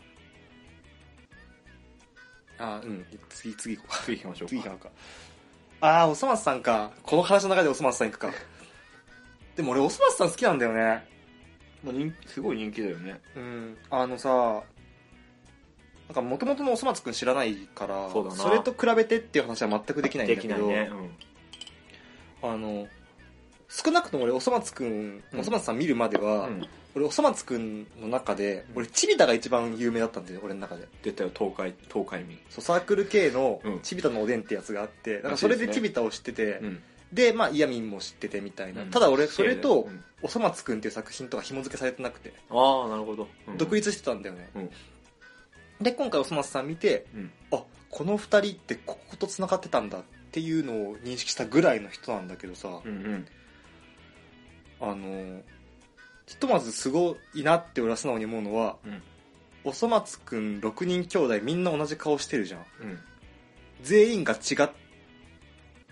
Speaker 3: あーうん次次行こうか
Speaker 4: 次行きましょうか
Speaker 3: 次行こうかああおそ松さんかこの話の中でおそ松さん行くかでも俺おそ松さん好きなんだよね
Speaker 4: まあ人すごい人気だよね
Speaker 3: うんあのさなんか元々のおそ松くん知らないから
Speaker 4: そうだな
Speaker 3: れと比べてっていう話は全くできないんだ
Speaker 4: で
Speaker 3: けど
Speaker 4: きないね、うん、
Speaker 3: あの少なくとも俺おそ松くん、
Speaker 4: うん
Speaker 3: おそ松さん見るまでは、
Speaker 4: うん
Speaker 3: 俺おそ松くんの中で
Speaker 4: うん
Speaker 3: 俺チビタが一番有名だったんだよ俺の中で
Speaker 4: 出たよ東海東海民
Speaker 3: そうサークル系の
Speaker 4: うん
Speaker 3: チビタのおでんってやつがあって、なん
Speaker 4: ら
Speaker 3: か
Speaker 4: しい
Speaker 3: そ
Speaker 4: で
Speaker 3: れ
Speaker 4: すね
Speaker 3: でチビタを知ってて、
Speaker 4: うん
Speaker 3: でまあイヤミンも知っててみたいな、
Speaker 4: うん
Speaker 3: ただ俺それと
Speaker 4: うん
Speaker 3: 「おそ松くん」っていう作品とか紐付けされてなくて
Speaker 4: ああなるほど、うん
Speaker 3: 独立してたんだよね、
Speaker 4: うん
Speaker 3: で今回おそ松さん見て
Speaker 4: うん
Speaker 3: あこの二人ってここと繋がってたんだっていうのを認識したぐらいの人なんだけどさ、
Speaker 4: うんうん
Speaker 3: あのひとまずすごいなって俺は素直に思うのは、
Speaker 4: うん
Speaker 3: おそ松くん6人兄弟みんな同じ顔してるじゃん
Speaker 4: うん
Speaker 3: 全員が違っ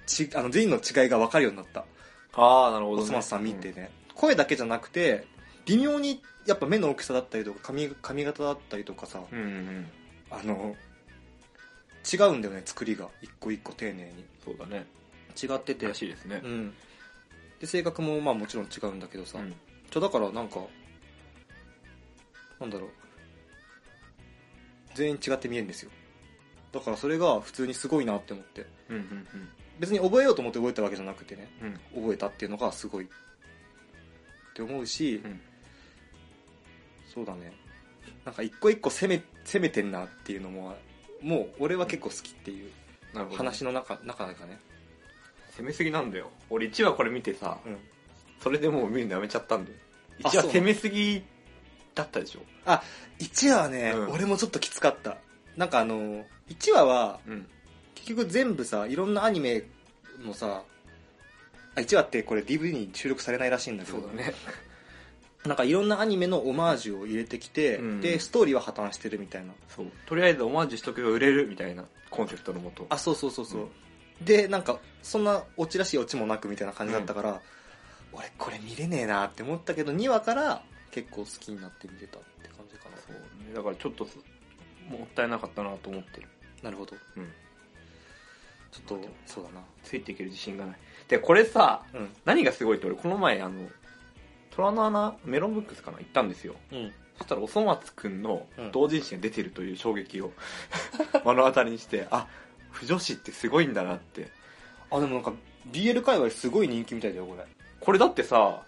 Speaker 3: ちあの全員の違いが分かるようになった
Speaker 4: ああなるほど、
Speaker 3: お
Speaker 4: ね、
Speaker 3: そ松さん見てね、声だけじゃなくて微妙にやっぱ目の大きさだったりとか髪髪型だったりとかさ、
Speaker 4: うんうんうん
Speaker 3: あの違うんだよね作りが一個一個丁寧に
Speaker 4: そうだね
Speaker 3: 違ってて
Speaker 4: らしいですね
Speaker 3: うん、で性格もまあもちろん違うんだけどさ、
Speaker 4: うん
Speaker 3: じゃだからなんかなんだろう全員違って見えるんですよだからそれが普通にすごいなって思って
Speaker 4: うんうん
Speaker 3: 別に覚えようと思って覚えたわけじゃなくてね
Speaker 4: うんうん
Speaker 3: 覚えたっていうのがすごいって思うし、
Speaker 4: うん
Speaker 3: そうだねなんか一個一個攻め攻めてんなっていうのももう俺は結構好きっていう
Speaker 4: なるほど
Speaker 3: 話の中中がね、
Speaker 4: 攻めすぎなんだよ俺1話これ見てさ
Speaker 3: うん、
Speaker 4: それでもう見るのやめちゃったんだよ
Speaker 3: あ
Speaker 4: 1話
Speaker 3: そう
Speaker 4: 攻めすぎだったでしょ
Speaker 3: 1話はね、
Speaker 4: うん
Speaker 3: 俺もちょっときつかったなんかあの1話は
Speaker 4: うん
Speaker 3: 結局全部さいろんなアニメのさあ1話ってこれ DVD に収録されないらしいんだけど
Speaker 4: そうだね
Speaker 3: なんかいろんなアニメのオマージュを入れてきて、
Speaker 4: うん
Speaker 3: でストーリーは破綻してるみたいな
Speaker 4: そうとりあえずオマージュしとけば売れるみたいなコンセプトのもと
Speaker 3: あそうそうそうそう、
Speaker 4: う
Speaker 3: でなんかそんなオチらしいオチもなくみたいな感じだったから、俺これ見れねえなって思ったけど2話から結構好きになって見れたって感じかな
Speaker 4: そうねだからちょっとすもったいなかったなと思ってる
Speaker 3: なるほど
Speaker 4: うん
Speaker 3: ちょっとそうだな
Speaker 4: ついていける自信がないでこれさ
Speaker 3: うん
Speaker 4: 何がすごいって俺この前あの虎の穴メロンブックスかな行ったんですよ
Speaker 3: うん
Speaker 4: そしたらおそ松くんの
Speaker 3: うん
Speaker 4: 同人誌が出てるという衝撃を 目の当たりにしてあ不女子ってすごいんだなって
Speaker 3: あでもなんか BL 界隈すごい人気みたいだよこれ
Speaker 4: これだってさ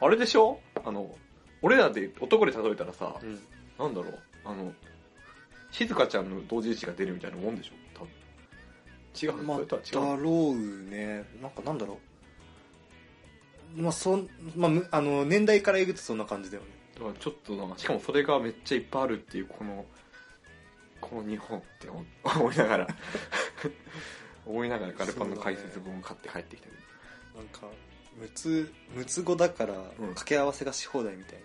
Speaker 4: あれでしょあの俺らで男で例えたらさ、
Speaker 3: うん
Speaker 4: なんだろうあの静香ちゃんの同人誌が出るみたいなもんでしょ多分違う、
Speaker 3: まあ、
Speaker 4: それとは違う
Speaker 3: だろうねなんかなんだろうまあそん、まあむ、あの年代から言うとそんな感じだよね
Speaker 4: だからちょっとなしかもそれがめっちゃいっぱいあるっていうこのこの日本って思思いながら 思いながらガルパンの解説本を買って帰ってきたけど
Speaker 3: なんかむつむつ語だから
Speaker 4: うん
Speaker 3: 掛け合わせがし放題みたいな、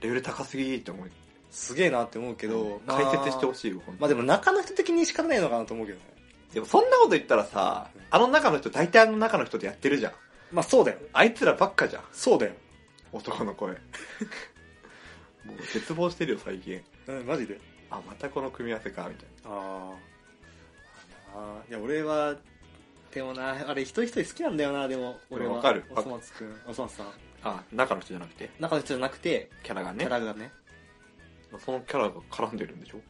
Speaker 4: レベル高すぎって思う
Speaker 3: すげえなって思うけ
Speaker 4: け
Speaker 3: ど、
Speaker 4: ど解説してほ
Speaker 3: い
Speaker 4: しいよほんと
Speaker 3: まあでも中の人的に仕方ないのかなと思うけどね
Speaker 4: でもそんなこと言ったらさ
Speaker 3: うん
Speaker 4: あの中の人大体あの中の人でやってるじゃん
Speaker 3: まあそうだよ
Speaker 4: あいつらばっかじゃん
Speaker 3: そうだよ
Speaker 4: 男の声もう絶望してるよ最近
Speaker 3: うんマジで
Speaker 4: あまたこの組み合わせかみたい
Speaker 3: あああーいや俺はでもなあれ一人一人好きなんだよなでも俺は
Speaker 4: わかる
Speaker 3: おそ松くんおそ松さん
Speaker 4: なあ中の人じゃなくて
Speaker 3: 中の人じゃなくて
Speaker 4: キャラが
Speaker 3: キ
Speaker 4: ね
Speaker 3: ャラがね
Speaker 4: そのキャラが絡んでるんでしょ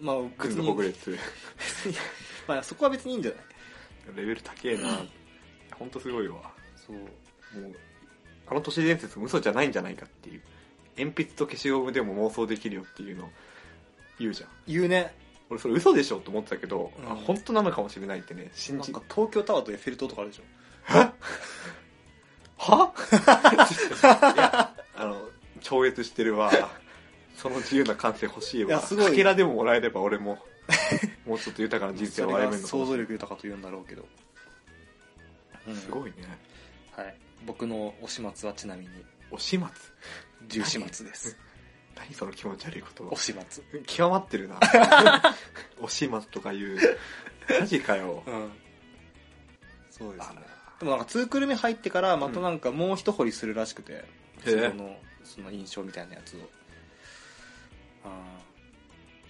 Speaker 3: まあ
Speaker 4: く
Speaker 3: 別
Speaker 4: んの
Speaker 3: に
Speaker 4: ほぐれつレ
Speaker 3: 別にまあそこは別にいいんじゃない
Speaker 4: ベル高えな本当すごいわ
Speaker 3: そう
Speaker 4: もうあの都市伝説も嘘じゃないんじゃないかっていう鉛筆と消しゴムでも妄想できるよっていうのを言うじゃん
Speaker 3: 言うね
Speaker 4: 俺それ嘘でしょと思ってたけど、
Speaker 3: うん
Speaker 4: あ本当なのかもしれないってね信
Speaker 3: なん
Speaker 4: じ
Speaker 3: か東京タワーとエッフェル塔とかあるでしょ
Speaker 4: は いやあの超越してるわその自由な感性欲しいわ
Speaker 3: いやすごい
Speaker 4: かけらでももらえれば 俺ももうちょっと豊かな人生
Speaker 3: そ
Speaker 4: を
Speaker 3: れ
Speaker 4: 歩
Speaker 3: が
Speaker 4: めるのかも
Speaker 3: 想像
Speaker 4: しれない
Speaker 3: 力豊かと言うんだろうけど、うん
Speaker 4: すごいね
Speaker 3: はい僕のお始末はちなみに
Speaker 4: お始末
Speaker 3: 重始末です
Speaker 4: 何その気持ち悪い言
Speaker 3: お
Speaker 4: 葉
Speaker 3: 始末
Speaker 4: 極まって るな お始末とか言うマジかよ
Speaker 3: うんそうです
Speaker 4: あ
Speaker 3: ねでもなんか2クル目入ってからまたなんかもう一掘りするらしくて、
Speaker 4: へえ
Speaker 3: そのその印象みたいなやつをああ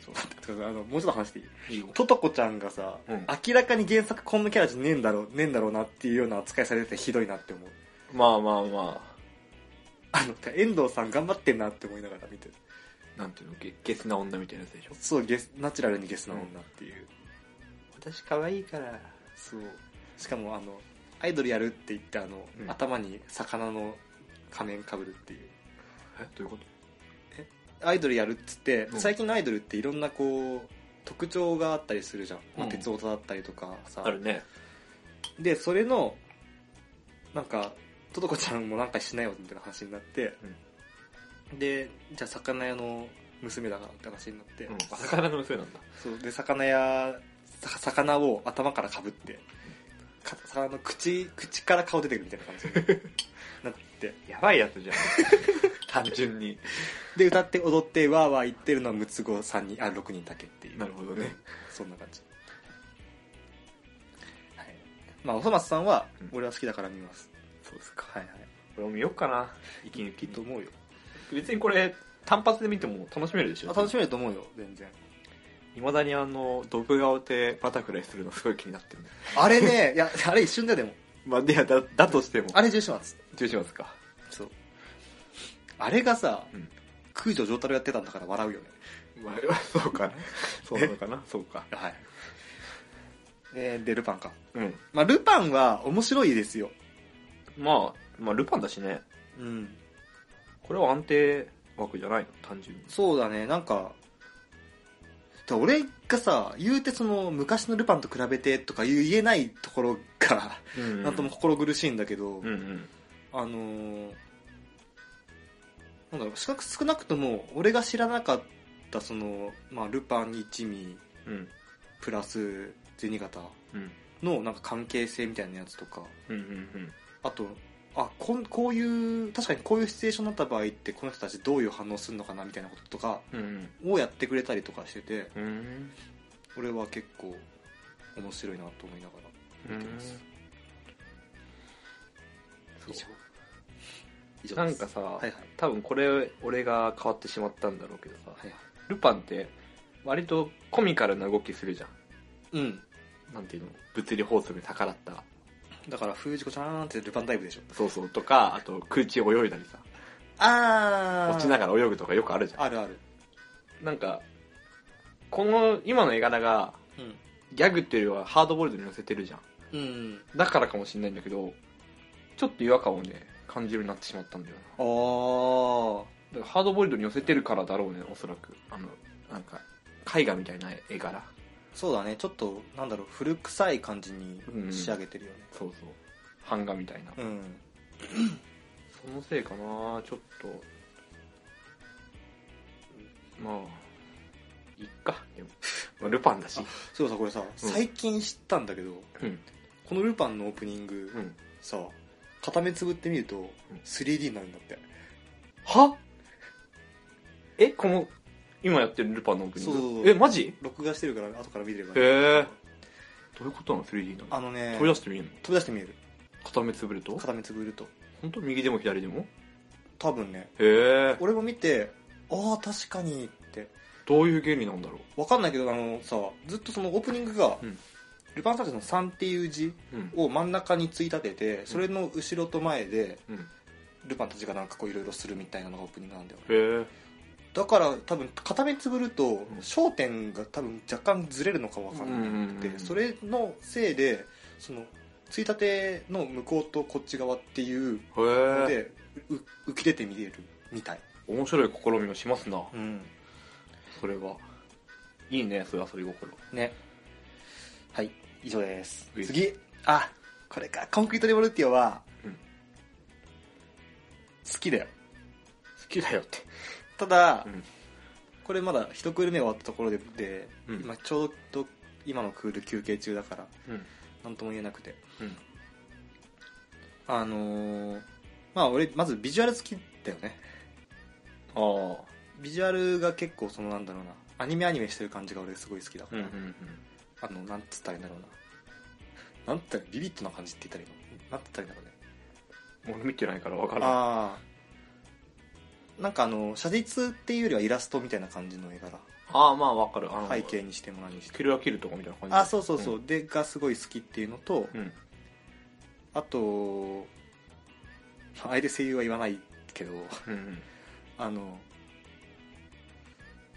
Speaker 3: そう待ってくださいあのもうちょっと話していい
Speaker 4: らいいよ
Speaker 3: トトコちゃんがさ、
Speaker 4: うん
Speaker 3: 明らかに原作こんなキャラじゃねえんだろうねえんだろうなっていうような扱いされててひどいなって思う
Speaker 4: まあまあま
Speaker 3: あの遠藤さん頑張ってんなって思いながら見てる
Speaker 4: あなんていうのゲゲスな女みたいなやつでしょ
Speaker 3: そうゲスナチュラルにゲスな女っていう、
Speaker 4: 私可愛いから
Speaker 3: そうしかもあのアイドルやるって言ってあの、
Speaker 4: うん
Speaker 3: 頭に魚の仮面かぶるっていう
Speaker 4: えどういうこと
Speaker 3: アイドルやるっつって、
Speaker 4: うん
Speaker 3: 最近のアイドルっていろんなこう特徴があったりするじゃん、まあ、
Speaker 4: うん
Speaker 3: 鉄オタだったりとかさ、
Speaker 4: ね
Speaker 3: でそれのなんかととこちゃんもなんかしないよみたいな話になって、でじゃあ魚屋の娘だからって話になって、
Speaker 4: うんあ魚の娘なんだ
Speaker 3: そうで魚屋さ魚を頭からかぶってか魚の口口から顔出てくるみたいな感じにな って
Speaker 4: やばいやつじゃん単純に
Speaker 3: で歌って踊ってわーわー言ってるのは6つ子3人あ6人だけっていう
Speaker 4: なるほどね
Speaker 3: そんな感じはいまあおそ松さんは
Speaker 4: うん
Speaker 3: 俺は好きだから見ます、
Speaker 4: そうですか
Speaker 3: はいはい
Speaker 4: これも見よっかな息抜
Speaker 3: い
Speaker 4: き
Speaker 3: いと思うよ
Speaker 4: 別にこれ単発で見ても楽しめるでし
Speaker 3: あ
Speaker 4: ょ
Speaker 3: 楽しめると思うよ全然
Speaker 4: いまだにあのドブ顔でバタフライするのすごい気になってるね
Speaker 3: あれねいやあれ一瞬だよでも
Speaker 4: まあでやだだとしても
Speaker 3: あれ重始末
Speaker 4: どうしますか
Speaker 3: そうあれがさ、
Speaker 4: うん
Speaker 3: 空条城太郎やってたんだから笑うよね
Speaker 4: まあそうかそうなのかなそうか
Speaker 3: はいででルパンか
Speaker 4: うん
Speaker 3: まあルパンは面白いですよ
Speaker 4: まあまあルパンだしね
Speaker 3: うん
Speaker 4: これは安定枠じゃないの単純に
Speaker 3: そうだねなんかだ俺がさ言うてその昔のルパンと比べてとか言えないところが
Speaker 4: うん
Speaker 3: なんとも心苦しいんだけど、
Speaker 4: うんうん
Speaker 3: あのーなんだろう少なく少なくとも俺が知らなかったその、まあ、ルパン一味
Speaker 4: うん
Speaker 3: プラス銭形
Speaker 4: うん
Speaker 3: のなんか関係性みたいなやつとか
Speaker 4: うんうん
Speaker 3: あとあこんこういう確かにこういうシチュエーションになった場合ってこの人たちどういう反応するのかなみたいなこととか
Speaker 4: うんうん
Speaker 3: をやってくれたりとかしてて
Speaker 4: うんうん
Speaker 3: 俺は結構面白いなと思いながら見てます以
Speaker 4: そう
Speaker 3: 上以上です
Speaker 4: なんかさ、
Speaker 3: はいはい
Speaker 4: 多分これ俺が変わってしまったんだろうけどさ、
Speaker 3: はいはい
Speaker 4: ルパンって割とコミカルな動きするじゃん
Speaker 3: うん
Speaker 4: なんていうの物理法則に逆らった
Speaker 3: だから封じ子ちゃんってルパンダイブでしょ
Speaker 4: そうそうとかあと空中泳いだりさ
Speaker 3: あ
Speaker 4: 落ちながら泳ぐとかよくあるじゃ
Speaker 3: あるある
Speaker 4: んなんかこの今の絵柄が
Speaker 3: うん
Speaker 4: ギャグっていうよりはハードボイルドに寄せてるじゃん
Speaker 3: うん
Speaker 4: だからかもしれないんだけどちょっと違和感をね感じるようになってしまったんだよな
Speaker 3: ああ
Speaker 4: だからハードボイルドに寄せてるからだろうねおそらくあのなんか絵画みたいな絵柄
Speaker 3: そうだねちょっとなんだろう古臭い感じに
Speaker 4: うん
Speaker 3: 仕上げてるよね
Speaker 4: そうそう版画みたいな、
Speaker 3: うん、
Speaker 4: そのせいかなちょっとまあいっかでも、まあルパンだし
Speaker 3: そういえばさこれさ、最近知ったんだけど
Speaker 4: うん
Speaker 3: この「ルパン」のオープニング、
Speaker 4: うん
Speaker 3: さ片目つぶってみると
Speaker 4: ん
Speaker 3: 3D になるんだって、
Speaker 4: はえこの今やってるルパンのオープニング
Speaker 3: そうそうそう
Speaker 4: えマジ
Speaker 3: 録画してるから後から見ればいい
Speaker 4: へえどういうことなの 3D なの
Speaker 3: あのね
Speaker 4: 飛び出してみるの
Speaker 3: 飛び出して見える
Speaker 4: 片目つぶると
Speaker 3: 片目つぶると
Speaker 4: 本当右でも左でも
Speaker 3: 多分ね
Speaker 4: へえ
Speaker 3: 俺も見てああ確かにって
Speaker 4: どういう原理なんだろ
Speaker 3: わかんないけどあのさずっとそのオープニングが、
Speaker 4: うん
Speaker 3: ルパン三世の3っていう字
Speaker 4: ううん
Speaker 3: を真ん中につい立ててそれの後ろと前で
Speaker 4: うんへ
Speaker 3: ルパンたちがなんかこういろいろするみたいなのがオープニングなんだよね
Speaker 4: え
Speaker 3: だから多分片目つぶると
Speaker 4: ん
Speaker 3: 焦点が多分若干ずれるのかわかんなくて、
Speaker 4: うんうんうん
Speaker 3: それのせいでそのついたての向こうとこっち側っていうの
Speaker 4: へえ
Speaker 3: で、う浮き出て見えるみたい、
Speaker 4: 面白い試みをしますな
Speaker 3: うん、
Speaker 4: それはいいねそういう遊び心
Speaker 3: ねはい以上です
Speaker 4: はい
Speaker 3: 次あこれかコンクリートレボルティオは、
Speaker 4: うん
Speaker 3: 好きだよ
Speaker 4: 好きだよって
Speaker 3: ただ、
Speaker 4: うん
Speaker 3: これまだ一クール目終わったところでで、
Speaker 4: うん
Speaker 3: 今ちょうど今のクール休憩中だから
Speaker 4: うん
Speaker 3: 何とも言えなくて
Speaker 4: うん
Speaker 3: あのーまあ俺まずビジュアル好きだよね
Speaker 4: ああ
Speaker 3: ビジュアルが結構そのなんだろうなアニメアニメしてる感じが俺すごい好きだか
Speaker 4: うん
Speaker 3: ら、
Speaker 4: うんうん
Speaker 3: あのなんつったらいいんだろうななんつったらビビットな感じって言ったらいいのなんつったらいいんだろうね
Speaker 4: 俺見てないから分からん
Speaker 3: ああなんかあの写実っていうよりはイラストみたいな感じの絵柄
Speaker 4: ああまあ分かるあの
Speaker 3: 背景にしても何にしても
Speaker 4: キルラキルとかみたいな感じ
Speaker 3: あそうそうそう、でがすごい好きっていうのと、
Speaker 4: うん、うん
Speaker 3: あとあえて声優は言わないけど
Speaker 4: うんうん
Speaker 3: あの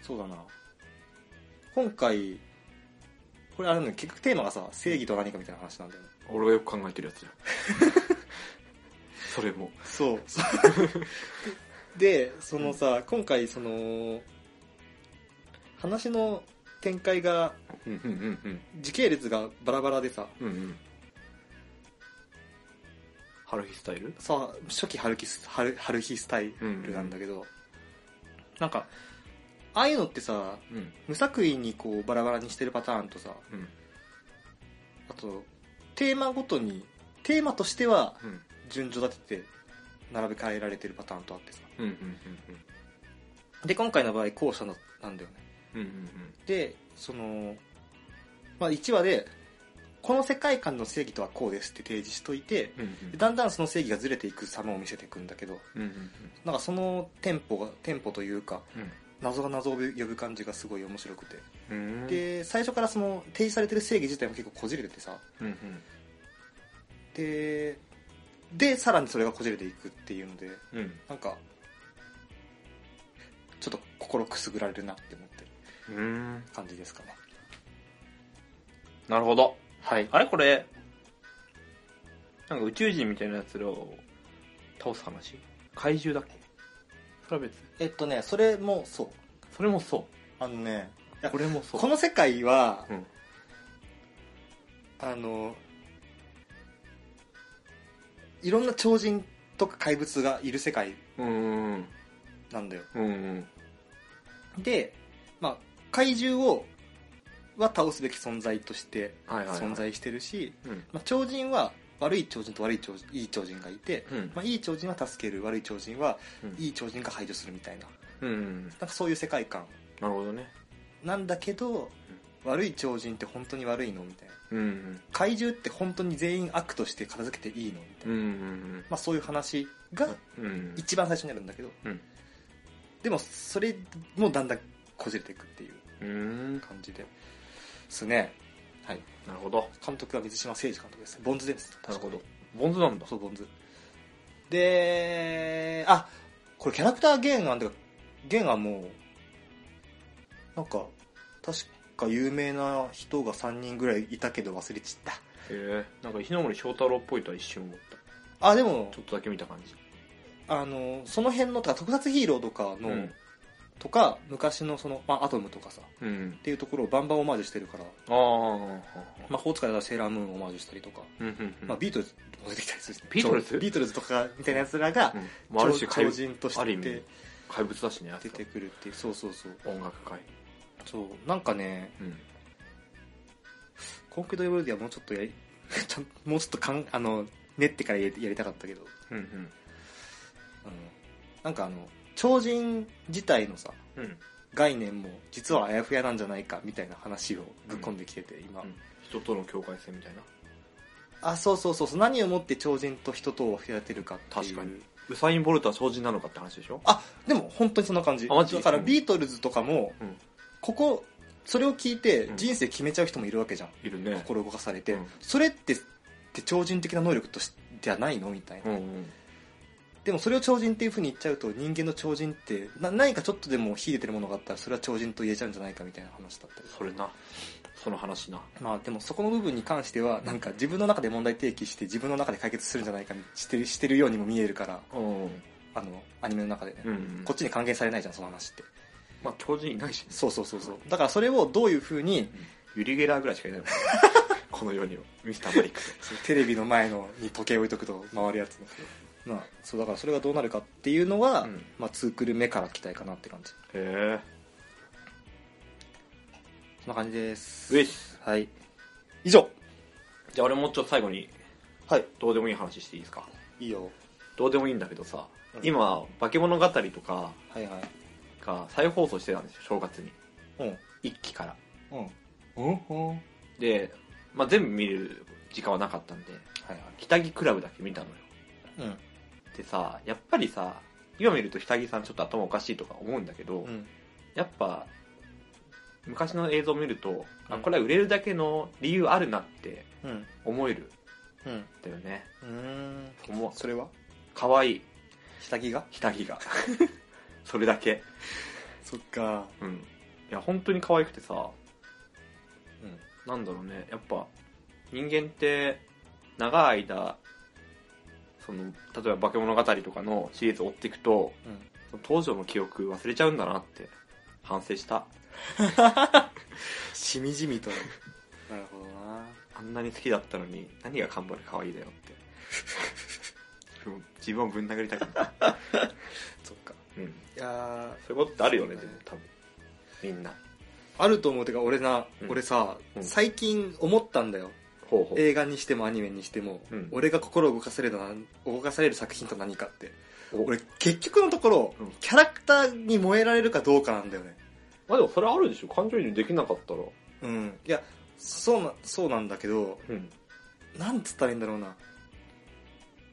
Speaker 3: そうだな今回これあれなんだよ結局テーマがさ正義と何かみたいな話なんだよね
Speaker 4: 俺がよく考えて るやつじゃんそれも
Speaker 3: そう でそのさ、今回その話の展開が
Speaker 4: うんうんうん
Speaker 3: 時系列がバラバラでさ
Speaker 4: うんうんうん春日スタイル
Speaker 3: さ初期春日ス春春日スタイルなんだけど、なんかああいうのってさ
Speaker 4: うん
Speaker 3: 無作為にこうバラバラにしてるパターンとさ
Speaker 4: うん
Speaker 3: あとテーマごとにテーマとしては
Speaker 4: うん
Speaker 3: 順序立てて並べ替えられてるパターンとあってさ
Speaker 4: うんうん
Speaker 3: で今回の場合後者のなんだよね
Speaker 4: うんうんうん
Speaker 3: でその、まあ、1話でこの世界観の正義とはこうですって提示しといて
Speaker 4: うんうん
Speaker 3: でだんだんその正義がずれていく様を見せていくんだけど
Speaker 4: うんうんうん
Speaker 3: なんかそのテンポがテンポというか
Speaker 4: うん
Speaker 3: 謎が謎を呼ぶ感じがすごい面白くて、
Speaker 4: うん
Speaker 3: で最初からその提示されてる正義自体も結構こじれててさ
Speaker 4: うんうん
Speaker 3: ででさらにそれがこじれていくっていうので
Speaker 4: うん
Speaker 3: なんかちょっと心くすぐられるなって思ってる
Speaker 4: うん
Speaker 3: 感じですかね
Speaker 4: なるほど
Speaker 3: はい
Speaker 4: あれこれなんか宇宙人みたいなやつらを倒す話怪獣だっけそれは別
Speaker 3: えっとねそれもそう
Speaker 4: それもそ
Speaker 3: あのねいうや
Speaker 4: これもそう
Speaker 3: この世界は、
Speaker 4: うん
Speaker 3: あのいろんな超人とか怪物がいる世界
Speaker 4: うんうん
Speaker 3: なんだよ
Speaker 4: うんうん
Speaker 3: で、まあ、怪獣をは倒すべき存在として
Speaker 4: はいはいはい
Speaker 3: 存在してるし、
Speaker 4: うん
Speaker 3: まあ、超人は悪い超人と悪い超人いい超人がいて、
Speaker 4: うん
Speaker 3: まあ、いい超人は助ける悪い超人は
Speaker 4: うん
Speaker 3: いい超人が排除するみたいな
Speaker 4: うんうん
Speaker 3: なんかそういう世界観
Speaker 4: なるほどね
Speaker 3: なんだけど、悪い超人って本当に悪いのみたいな
Speaker 4: うんうん
Speaker 3: 怪獣って本当に全員悪として片付けていいのみたいな、
Speaker 4: うんうん
Speaker 3: まあ、そういう話が
Speaker 4: うんうん
Speaker 3: 一番最初にあるんだけど、
Speaker 4: うん
Speaker 3: でもそれもだんだんこじれていくっていう
Speaker 4: うん
Speaker 3: 感じですねはい
Speaker 4: なるほど
Speaker 3: 監督は水島誠二監督ですボンズです
Speaker 4: なるほどボンズなんだ
Speaker 3: そうボンズであこれキャラクターゲンなんだけどゲンはもうなんか確か有名な人が3人ぐらいいたけど忘れちった
Speaker 4: へえんか石ノ森章太郎っぽいとは一瞬思った
Speaker 3: あでも
Speaker 4: ちょっとだけ見た感じ
Speaker 3: あのその辺のとか特撮ヒーローとかの、
Speaker 4: うん
Speaker 3: とか昔のその、まあ、アトムとかさっ
Speaker 4: うん
Speaker 3: ていうところをバンバンオマージュしてるから
Speaker 4: ああ
Speaker 3: 魔法使いだったらセーラームーンをオマージュしたりとか、
Speaker 4: うんうんうん
Speaker 3: まあ、ビートルズも出てきたりするし
Speaker 4: ビートルズ
Speaker 3: ビートルズとかみたいなやつらが
Speaker 4: うんまああ
Speaker 3: 超
Speaker 4: る種怪
Speaker 3: 超
Speaker 4: 物
Speaker 3: 人とし
Speaker 4: ある
Speaker 3: て
Speaker 4: 意味怪物だしねあいつ
Speaker 3: 出てくるっていうそうそうそう
Speaker 4: 音楽界
Speaker 3: そうなんかね
Speaker 4: うん
Speaker 3: コンクリートレボルディはもうちょっとやり ちゃんもうちょっとかんあの練ってからやりやりたかったけど、
Speaker 4: うん
Speaker 3: うん、なんかあの超人自体のさ
Speaker 4: うんうん
Speaker 3: 概念も実はあやふやなんじゃないかみたいな話をぶっ込んできてて今、
Speaker 4: うん人との境界線みたいな
Speaker 3: あそうそうそうそう何をもって超人と人とを隔てるかっていう
Speaker 4: 確かにウサイン・ボルトは超人なのかって話でしょ
Speaker 3: あでも本当にそんな感じ
Speaker 4: あマジ
Speaker 3: だからビートルズとかも、
Speaker 4: うん
Speaker 3: ここそれを聞いて
Speaker 4: うん
Speaker 3: 人生決めちゃう人もいるわけじゃん、
Speaker 4: いるね
Speaker 3: 心動かされて、
Speaker 4: うん
Speaker 3: それってって超人的な能力としじゃないのみたいな、
Speaker 4: うんうん
Speaker 3: でもそれを超人っていうふうに言っちゃうと人間の超人ってな何かちょっとでも秀でてるものがあったらそれは超人と言えちゃうんじゃないかみたいな話だったり
Speaker 4: それなその話な
Speaker 3: まあでもそこの部分に関してはなんか自分の中で問題提起して自分の中で解決するんじゃないかにしてるしてるようにも見えるから
Speaker 4: うんうん
Speaker 3: あのアニメの中でね、
Speaker 4: うん
Speaker 3: こっちに還元されないじゃんその話って
Speaker 4: まあ超人いないしね
Speaker 3: そうそうそうそうだからそれをどういうふうに
Speaker 4: ユリ・ゲラーぐらいしかいないもん この世にはミスター・マリックス
Speaker 3: そうテレビの前のに時計置いとくと回るやつまあそうだからそれがどうなるかっていうのは、
Speaker 4: うん
Speaker 3: まあ2クール目から期待かなって感じ
Speaker 4: へ
Speaker 3: そんな感じです
Speaker 4: えよし
Speaker 3: はい以上
Speaker 4: じゃあ俺もうちょっと最後に
Speaker 3: はい
Speaker 4: どうでもいい話していいですか
Speaker 3: いいよ
Speaker 4: どうでもいいんだけどさ、
Speaker 3: うん
Speaker 4: 今「化け物語」とか
Speaker 3: はいはい
Speaker 4: が再放送してたんですよ正月に
Speaker 3: うん
Speaker 4: 一期から
Speaker 3: うんうんうん
Speaker 4: で、まあ、全部見る時間はなかったんで
Speaker 3: はい
Speaker 4: 北木クラブだけ見たのよ
Speaker 3: はい
Speaker 4: でさやっぱりさ今見ると北木さんちょっと頭おかしいとか思うんだけど、
Speaker 3: うんうん
Speaker 4: やっぱ昔の映像を見ると、あ
Speaker 3: うん
Speaker 4: これは売れるだけの理由あるなって
Speaker 3: うん
Speaker 4: 思える
Speaker 3: うん
Speaker 4: んだよね
Speaker 3: うーん
Speaker 4: 思う
Speaker 3: それは
Speaker 4: かわいい
Speaker 3: 下着が
Speaker 4: 下着がそれだけ
Speaker 3: そっか
Speaker 4: うんいや本当に可愛くてさ
Speaker 3: うん
Speaker 4: なんだろうねやっぱ人間って長い間その例えば「化け物語」とかのシリーズを追っていくと
Speaker 3: うん
Speaker 4: その当時の記憶忘れちゃうんだなって反省した
Speaker 3: しみじみと なるほどな
Speaker 4: あんなに好きだったのに何が頑張る可愛いだよって でも自分をぶん殴りたくない、
Speaker 3: そっか
Speaker 4: うん、
Speaker 3: いやー
Speaker 4: そういうことってあるよね
Speaker 3: そうだ
Speaker 4: でも
Speaker 3: ね
Speaker 4: 多分みんな
Speaker 3: あると思うてか俺な、
Speaker 4: うん
Speaker 3: 俺さ、
Speaker 4: うん
Speaker 3: 最近思ったんだよ
Speaker 4: ほうほう
Speaker 3: 映画にしてもアニメにしても、
Speaker 4: うん
Speaker 3: 俺が心を動かされるのは動かされる作品と何かって
Speaker 4: お
Speaker 3: 俺結局のところ、
Speaker 4: うん
Speaker 3: キャラクターに燃えられるかどうかなんだよね
Speaker 4: まあでもそれあるでしょ感情移入できなかったら
Speaker 3: うんいやそうなそうなんだけど
Speaker 4: うん
Speaker 3: なんつったらいいんだろう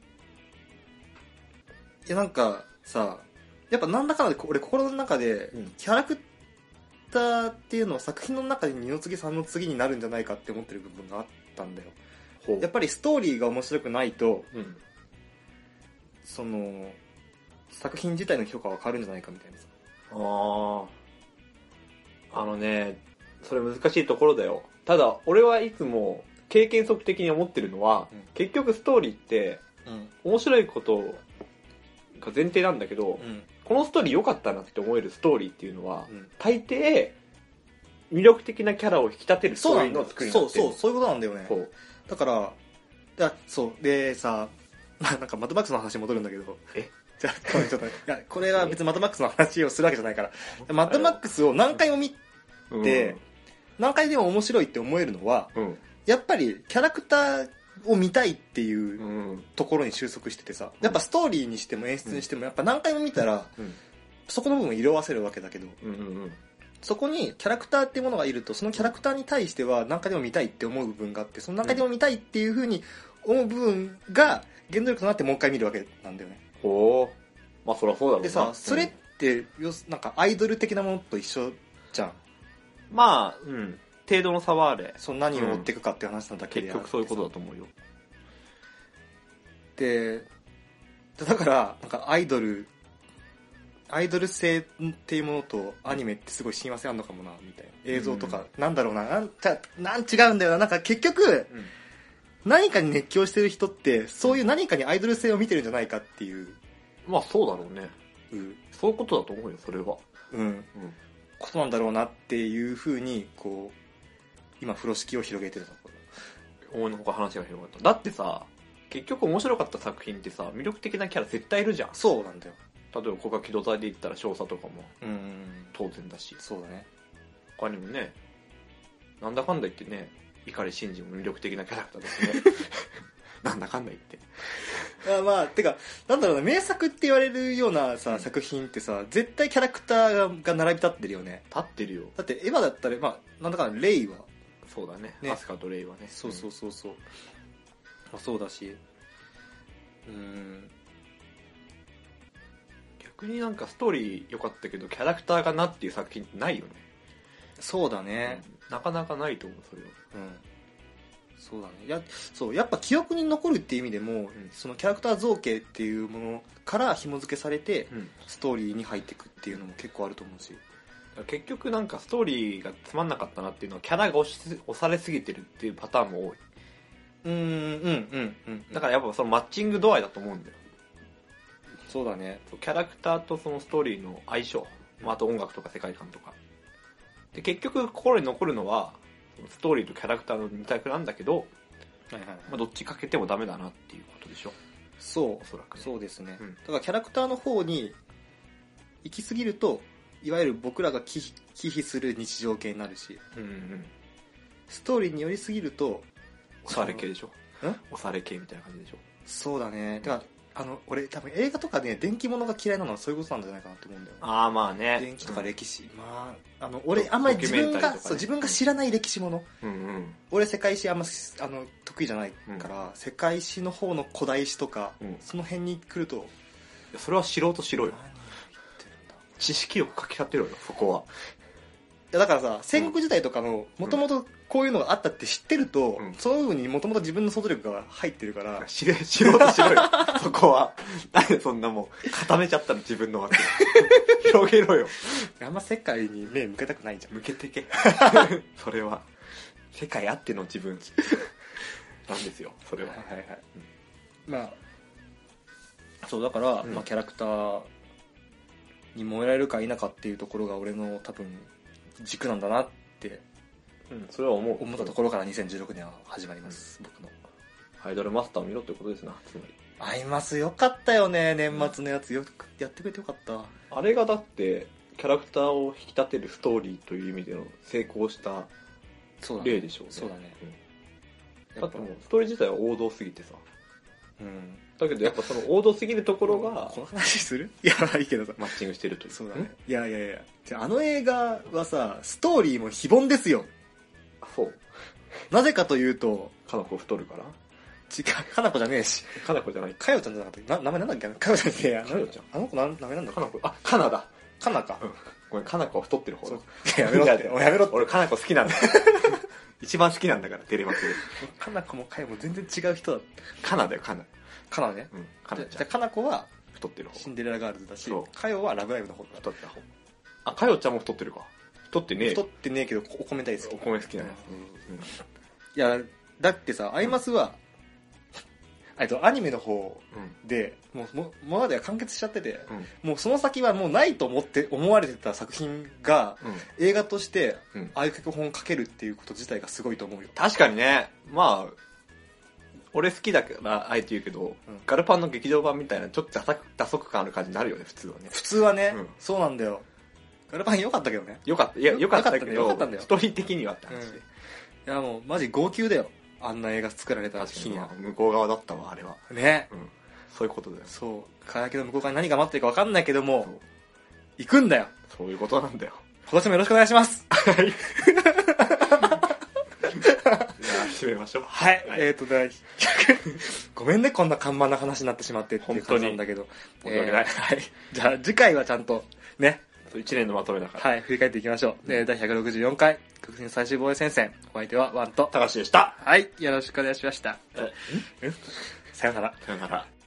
Speaker 3: ないやなんかさやっぱなんだかんだでこ俺心の中で
Speaker 4: うん
Speaker 3: キャラクターっていうのは作品の中で二の次三の次になるんじゃないかって思ってる部分があったんだよ
Speaker 4: ほう
Speaker 3: やっぱりストーリーが面白くないと
Speaker 4: うん
Speaker 3: その作品自体の評価は変わるんじゃないかみたいなさ
Speaker 4: あああのねそれ難しいところだよただ俺はいつも経験則的に思ってるのは、
Speaker 3: うん
Speaker 4: 結局ストーリーって
Speaker 3: うん
Speaker 4: 面白いことが前提なんだけど、
Speaker 3: うん
Speaker 4: このストーリー良かったなって思えるストーリーっていうのは、
Speaker 3: うん
Speaker 4: 大抵魅力的なキャラを引き立てるス
Speaker 3: そ
Speaker 4: ト
Speaker 3: う
Speaker 4: ー
Speaker 3: な
Speaker 4: リー
Speaker 3: んだ
Speaker 4: の作りにな
Speaker 3: そ
Speaker 4: っ
Speaker 3: う
Speaker 4: てる
Speaker 3: そうそういうことなんだよね
Speaker 4: そう
Speaker 3: だからだそうでさまあなんかマッドマックスの話に戻るんだけど
Speaker 4: え
Speaker 3: じゃあごめんちょっといやこれは別にマッドマックスの話をするわけじゃないからマッドマックスを何回も見
Speaker 4: うん
Speaker 3: で何回でも面白いって思えるのは
Speaker 4: うん
Speaker 3: やっぱりキャラクターを見たいっていううんところに収束しててさやっぱストーリーにしても演出にしてもやっぱ何回も見たら
Speaker 4: うん
Speaker 3: そこの部分を色あせるわけだけど
Speaker 4: うんうん
Speaker 3: そこにキャラクターっていうものがいるとそのキャラクターに対しては何回でも見たいって思う部分があってその何回でも見たいっていうふうに思う部分が原動力となってもう一回見るわけなんだよね
Speaker 4: ほうまあそりゃそうだろうな
Speaker 3: でさそれってよなんかアイドル的なものと一緒じゃん
Speaker 4: うんまあうん程度の差はあれ
Speaker 3: その何を追っていくかっていう話なだけで
Speaker 4: 結
Speaker 3: あって
Speaker 4: 局そういうことだと思うよ
Speaker 3: でだからなんかアイドルアイドル性っていうものとアニメってすごい親和性あるのかもなみたいな映像とか、なんだろうななんちゃなん違うんだよななんか結局
Speaker 4: うん
Speaker 3: 何かに熱狂してる人ってそういう何かにアイドル性を見てるんじゃないかっていう、
Speaker 4: まあそうだろうね
Speaker 3: うん
Speaker 4: そういうことだと思うよそれは
Speaker 3: うん、
Speaker 4: うん
Speaker 3: ことなんだろうなっていうふうにこう今風呂敷を広げてるとこ
Speaker 4: 思いのほか話が広がっただってさ結局面白かった作品ってさ魅力的なキャラ絶対いるじゃん
Speaker 3: そうなんだよ
Speaker 4: 例えばここが機動隊で言ったら少佐とかも
Speaker 3: うん
Speaker 4: 当然だし
Speaker 3: そうだね
Speaker 4: 他にもねなんだかんだ言ってね碇シンジも魅力的なキャラクターですね なんだかんだ言って
Speaker 3: あまあてかなんだろうな名作って言われるようなさ、
Speaker 4: うん
Speaker 3: 作品ってさ絶対キャラクターがが並び立ってるよね
Speaker 4: 立ってるよ
Speaker 3: だってエヴァだったらまあなんだかんだレイは
Speaker 4: そうだね
Speaker 3: ね
Speaker 4: アスカとレイはね
Speaker 3: そうそううそうそう、まあ、そうだしうーん
Speaker 4: 逆になんかストーリー良かったけどキャラクターがなっていう作品ってないよね、
Speaker 3: そうだね
Speaker 4: うんなかなかないと思うそれは
Speaker 3: うん、そうだねやそうやっぱ記憶に残るっていう意味でも、
Speaker 4: ん
Speaker 3: そのキャラクター造形っていうものから紐付けされて、
Speaker 4: うん
Speaker 3: ストーリーに入っていくっていうのも結構あると思うし
Speaker 4: 結局なんかストーリーがつまんなかったなっていうのはキャラが押し押されすぎてるっていうパターンも多い
Speaker 3: うんうんうんうんだ
Speaker 4: だ
Speaker 3: か
Speaker 4: か
Speaker 3: らら
Speaker 4: やっぱそのマッチング度合いだと思うんだよ
Speaker 3: そうだね
Speaker 4: そうキャラクターとそのストーリーの相性、まあ、あと音楽とか世界観とかで結局心に残るのはそのストーリーとキャラクターの二択なんだけど、
Speaker 3: はいはい、はい
Speaker 4: まあ、どっちかけてもダメだなっていうことでしょ
Speaker 3: そ
Speaker 4: おそらく
Speaker 3: う
Speaker 4: ね
Speaker 3: そうですね、
Speaker 4: うん
Speaker 3: だからキャラクターの方に行き過ぎるといわゆる僕らが忌避忌避する日常系になるし
Speaker 4: うんうん
Speaker 3: ストーリーに寄りすぎると
Speaker 4: 押され系でしょ
Speaker 3: ん
Speaker 4: 押され系みたいな感じでしょ
Speaker 3: そうだねだからあの俺多分映画とかね電気物が嫌いなのはそういうことなんじゃないかなと思うんだよね
Speaker 4: ああまあね
Speaker 3: 電気とか歴史、まああの俺あんまり自分
Speaker 4: ドキュメ
Speaker 3: が、
Speaker 4: ンタリーとかね
Speaker 3: そう自分が知らない歴史もの
Speaker 4: うんうん
Speaker 3: 俺世界史あんまあの得意じゃないから、世界史の方の古代史とか、
Speaker 4: うん
Speaker 3: その辺に来ると
Speaker 4: いやそれは知ろうとしろ
Speaker 3: 何
Speaker 4: よ
Speaker 3: 言ってるんだい
Speaker 4: 知識力かき立てろよそこは
Speaker 3: やだからさ戦国時代とかのもともとこういうのがあったって知ってると、
Speaker 4: うん
Speaker 3: その部分にもともと自分の想像力が入ってるから、
Speaker 4: 知れ知ろうとし ろよそこはなんでそんなもう固めちゃったの自分 の枠広げろよ
Speaker 3: あんま世界に目向けたくないじゃん
Speaker 4: 向けてけ それは世界あっての自分なんですよそれは
Speaker 3: はいはいまあそうだから、
Speaker 4: うん
Speaker 3: まあ、キャラクターに燃えられるか否かっていうところが俺の多分軸なんだなって
Speaker 4: うんそれは思う
Speaker 3: 思ったところから2016年は始まります、僕の
Speaker 4: アイドルマスターを見ろってことですなつまり
Speaker 3: アイマスよかったよね年末のやつよくやってくれてよかった
Speaker 4: あれがだってキャラクターを引き立てるストーリーという意味での成功した
Speaker 3: そうだね
Speaker 4: 例でしょうね
Speaker 3: そうだね
Speaker 4: うん
Speaker 3: や
Speaker 4: だ
Speaker 3: っ
Speaker 4: っ
Speaker 3: ぱ
Speaker 4: てもうストーリー自体は王道すぎてさ
Speaker 3: うん
Speaker 4: だけどやっぱその王道すぎるところが
Speaker 3: この話するいやいいけどさ
Speaker 4: マッチングしてるという
Speaker 3: そうだねいやいやいやじゃああの映画はさストーリーも非凡ですよ
Speaker 4: あそう
Speaker 3: なぜかというと
Speaker 4: かなこ太るから
Speaker 3: 違う花子じゃねえし
Speaker 4: かなこじゃない
Speaker 3: かよちゃんじゃなかったっけな名前なんだっけかよちゃんって
Speaker 4: かよちゃん
Speaker 3: あの子なん名前なんだっ
Speaker 4: か
Speaker 3: け
Speaker 4: なこあかなだ
Speaker 3: かなか
Speaker 4: うんごめんかなこは太ってる方
Speaker 3: そ
Speaker 4: だ
Speaker 3: ういややめろってもうやめろって
Speaker 4: 俺かなこ好きなんだ 一番好きなんだからテレマクで
Speaker 3: かなこもかよも全然違う人だ
Speaker 4: かなだよかな
Speaker 3: かなね
Speaker 4: うんかな
Speaker 3: じ
Speaker 4: ち
Speaker 3: ゃあ
Speaker 4: ゃん
Speaker 3: かなこは
Speaker 4: 太ってる方
Speaker 3: シンデレラガールズだし
Speaker 4: そう
Speaker 3: かよはラブライブの方だ
Speaker 4: 太った方あかよちゃんも太ってるか太ってねえ
Speaker 3: 太ってねえけどお米大好き
Speaker 4: お米好きなんです
Speaker 3: いやだってさアイマスはえっとアニメの方
Speaker 4: うん
Speaker 3: でもうも今までは完結しちゃってて
Speaker 4: うん
Speaker 3: もうその先はもうないと思って思われてた作品が
Speaker 4: うん
Speaker 3: 映画として
Speaker 4: うん、うん、
Speaker 3: ああいう脚本を書けるっていうこと自体がすごいと思うよ
Speaker 4: 確かにねまあ俺好きだからあえて言うけど、
Speaker 3: うん
Speaker 4: ガルパンの劇場版みたいなちょっと打足打足感ある感じになるよね普通はね
Speaker 3: 普通はね、
Speaker 4: うん
Speaker 3: そうなんだよガルパン良かったけどね
Speaker 4: よかったいや
Speaker 3: よ
Speaker 4: よかったけど
Speaker 3: よかったんだよ
Speaker 4: ストーリー的にはって話で、
Speaker 3: うんいやもうマジ号泣だよあんな映画作られた
Speaker 4: 確か
Speaker 3: 日
Speaker 4: に
Speaker 3: には
Speaker 4: まあ向こう側だったわあれは
Speaker 3: ね
Speaker 4: うんそういうことだよ
Speaker 3: そう輝きの向こう側に何が待ってるか分かんないけど
Speaker 4: そう
Speaker 3: も行くんだよ
Speaker 4: そういうことなんだよ
Speaker 3: 今年もよろしくお願いし ます
Speaker 4: じゃあ締めましょう
Speaker 3: はい、
Speaker 4: はい
Speaker 3: えーと第100 ごめんねこんな看板な話になってしまってっていう感じなんだけど
Speaker 4: 本当に申し訳ない
Speaker 3: えーはい、じゃあ次回はちゃんとね
Speaker 4: 1年のまとめだから、
Speaker 3: はい振り返っていきましょう、えー第164回「極戦最終防衛戦線」お相手はワンと
Speaker 4: 高橋でした
Speaker 3: はいよろしくお願いしました、
Speaker 4: はい
Speaker 3: えさようなら
Speaker 4: さよなら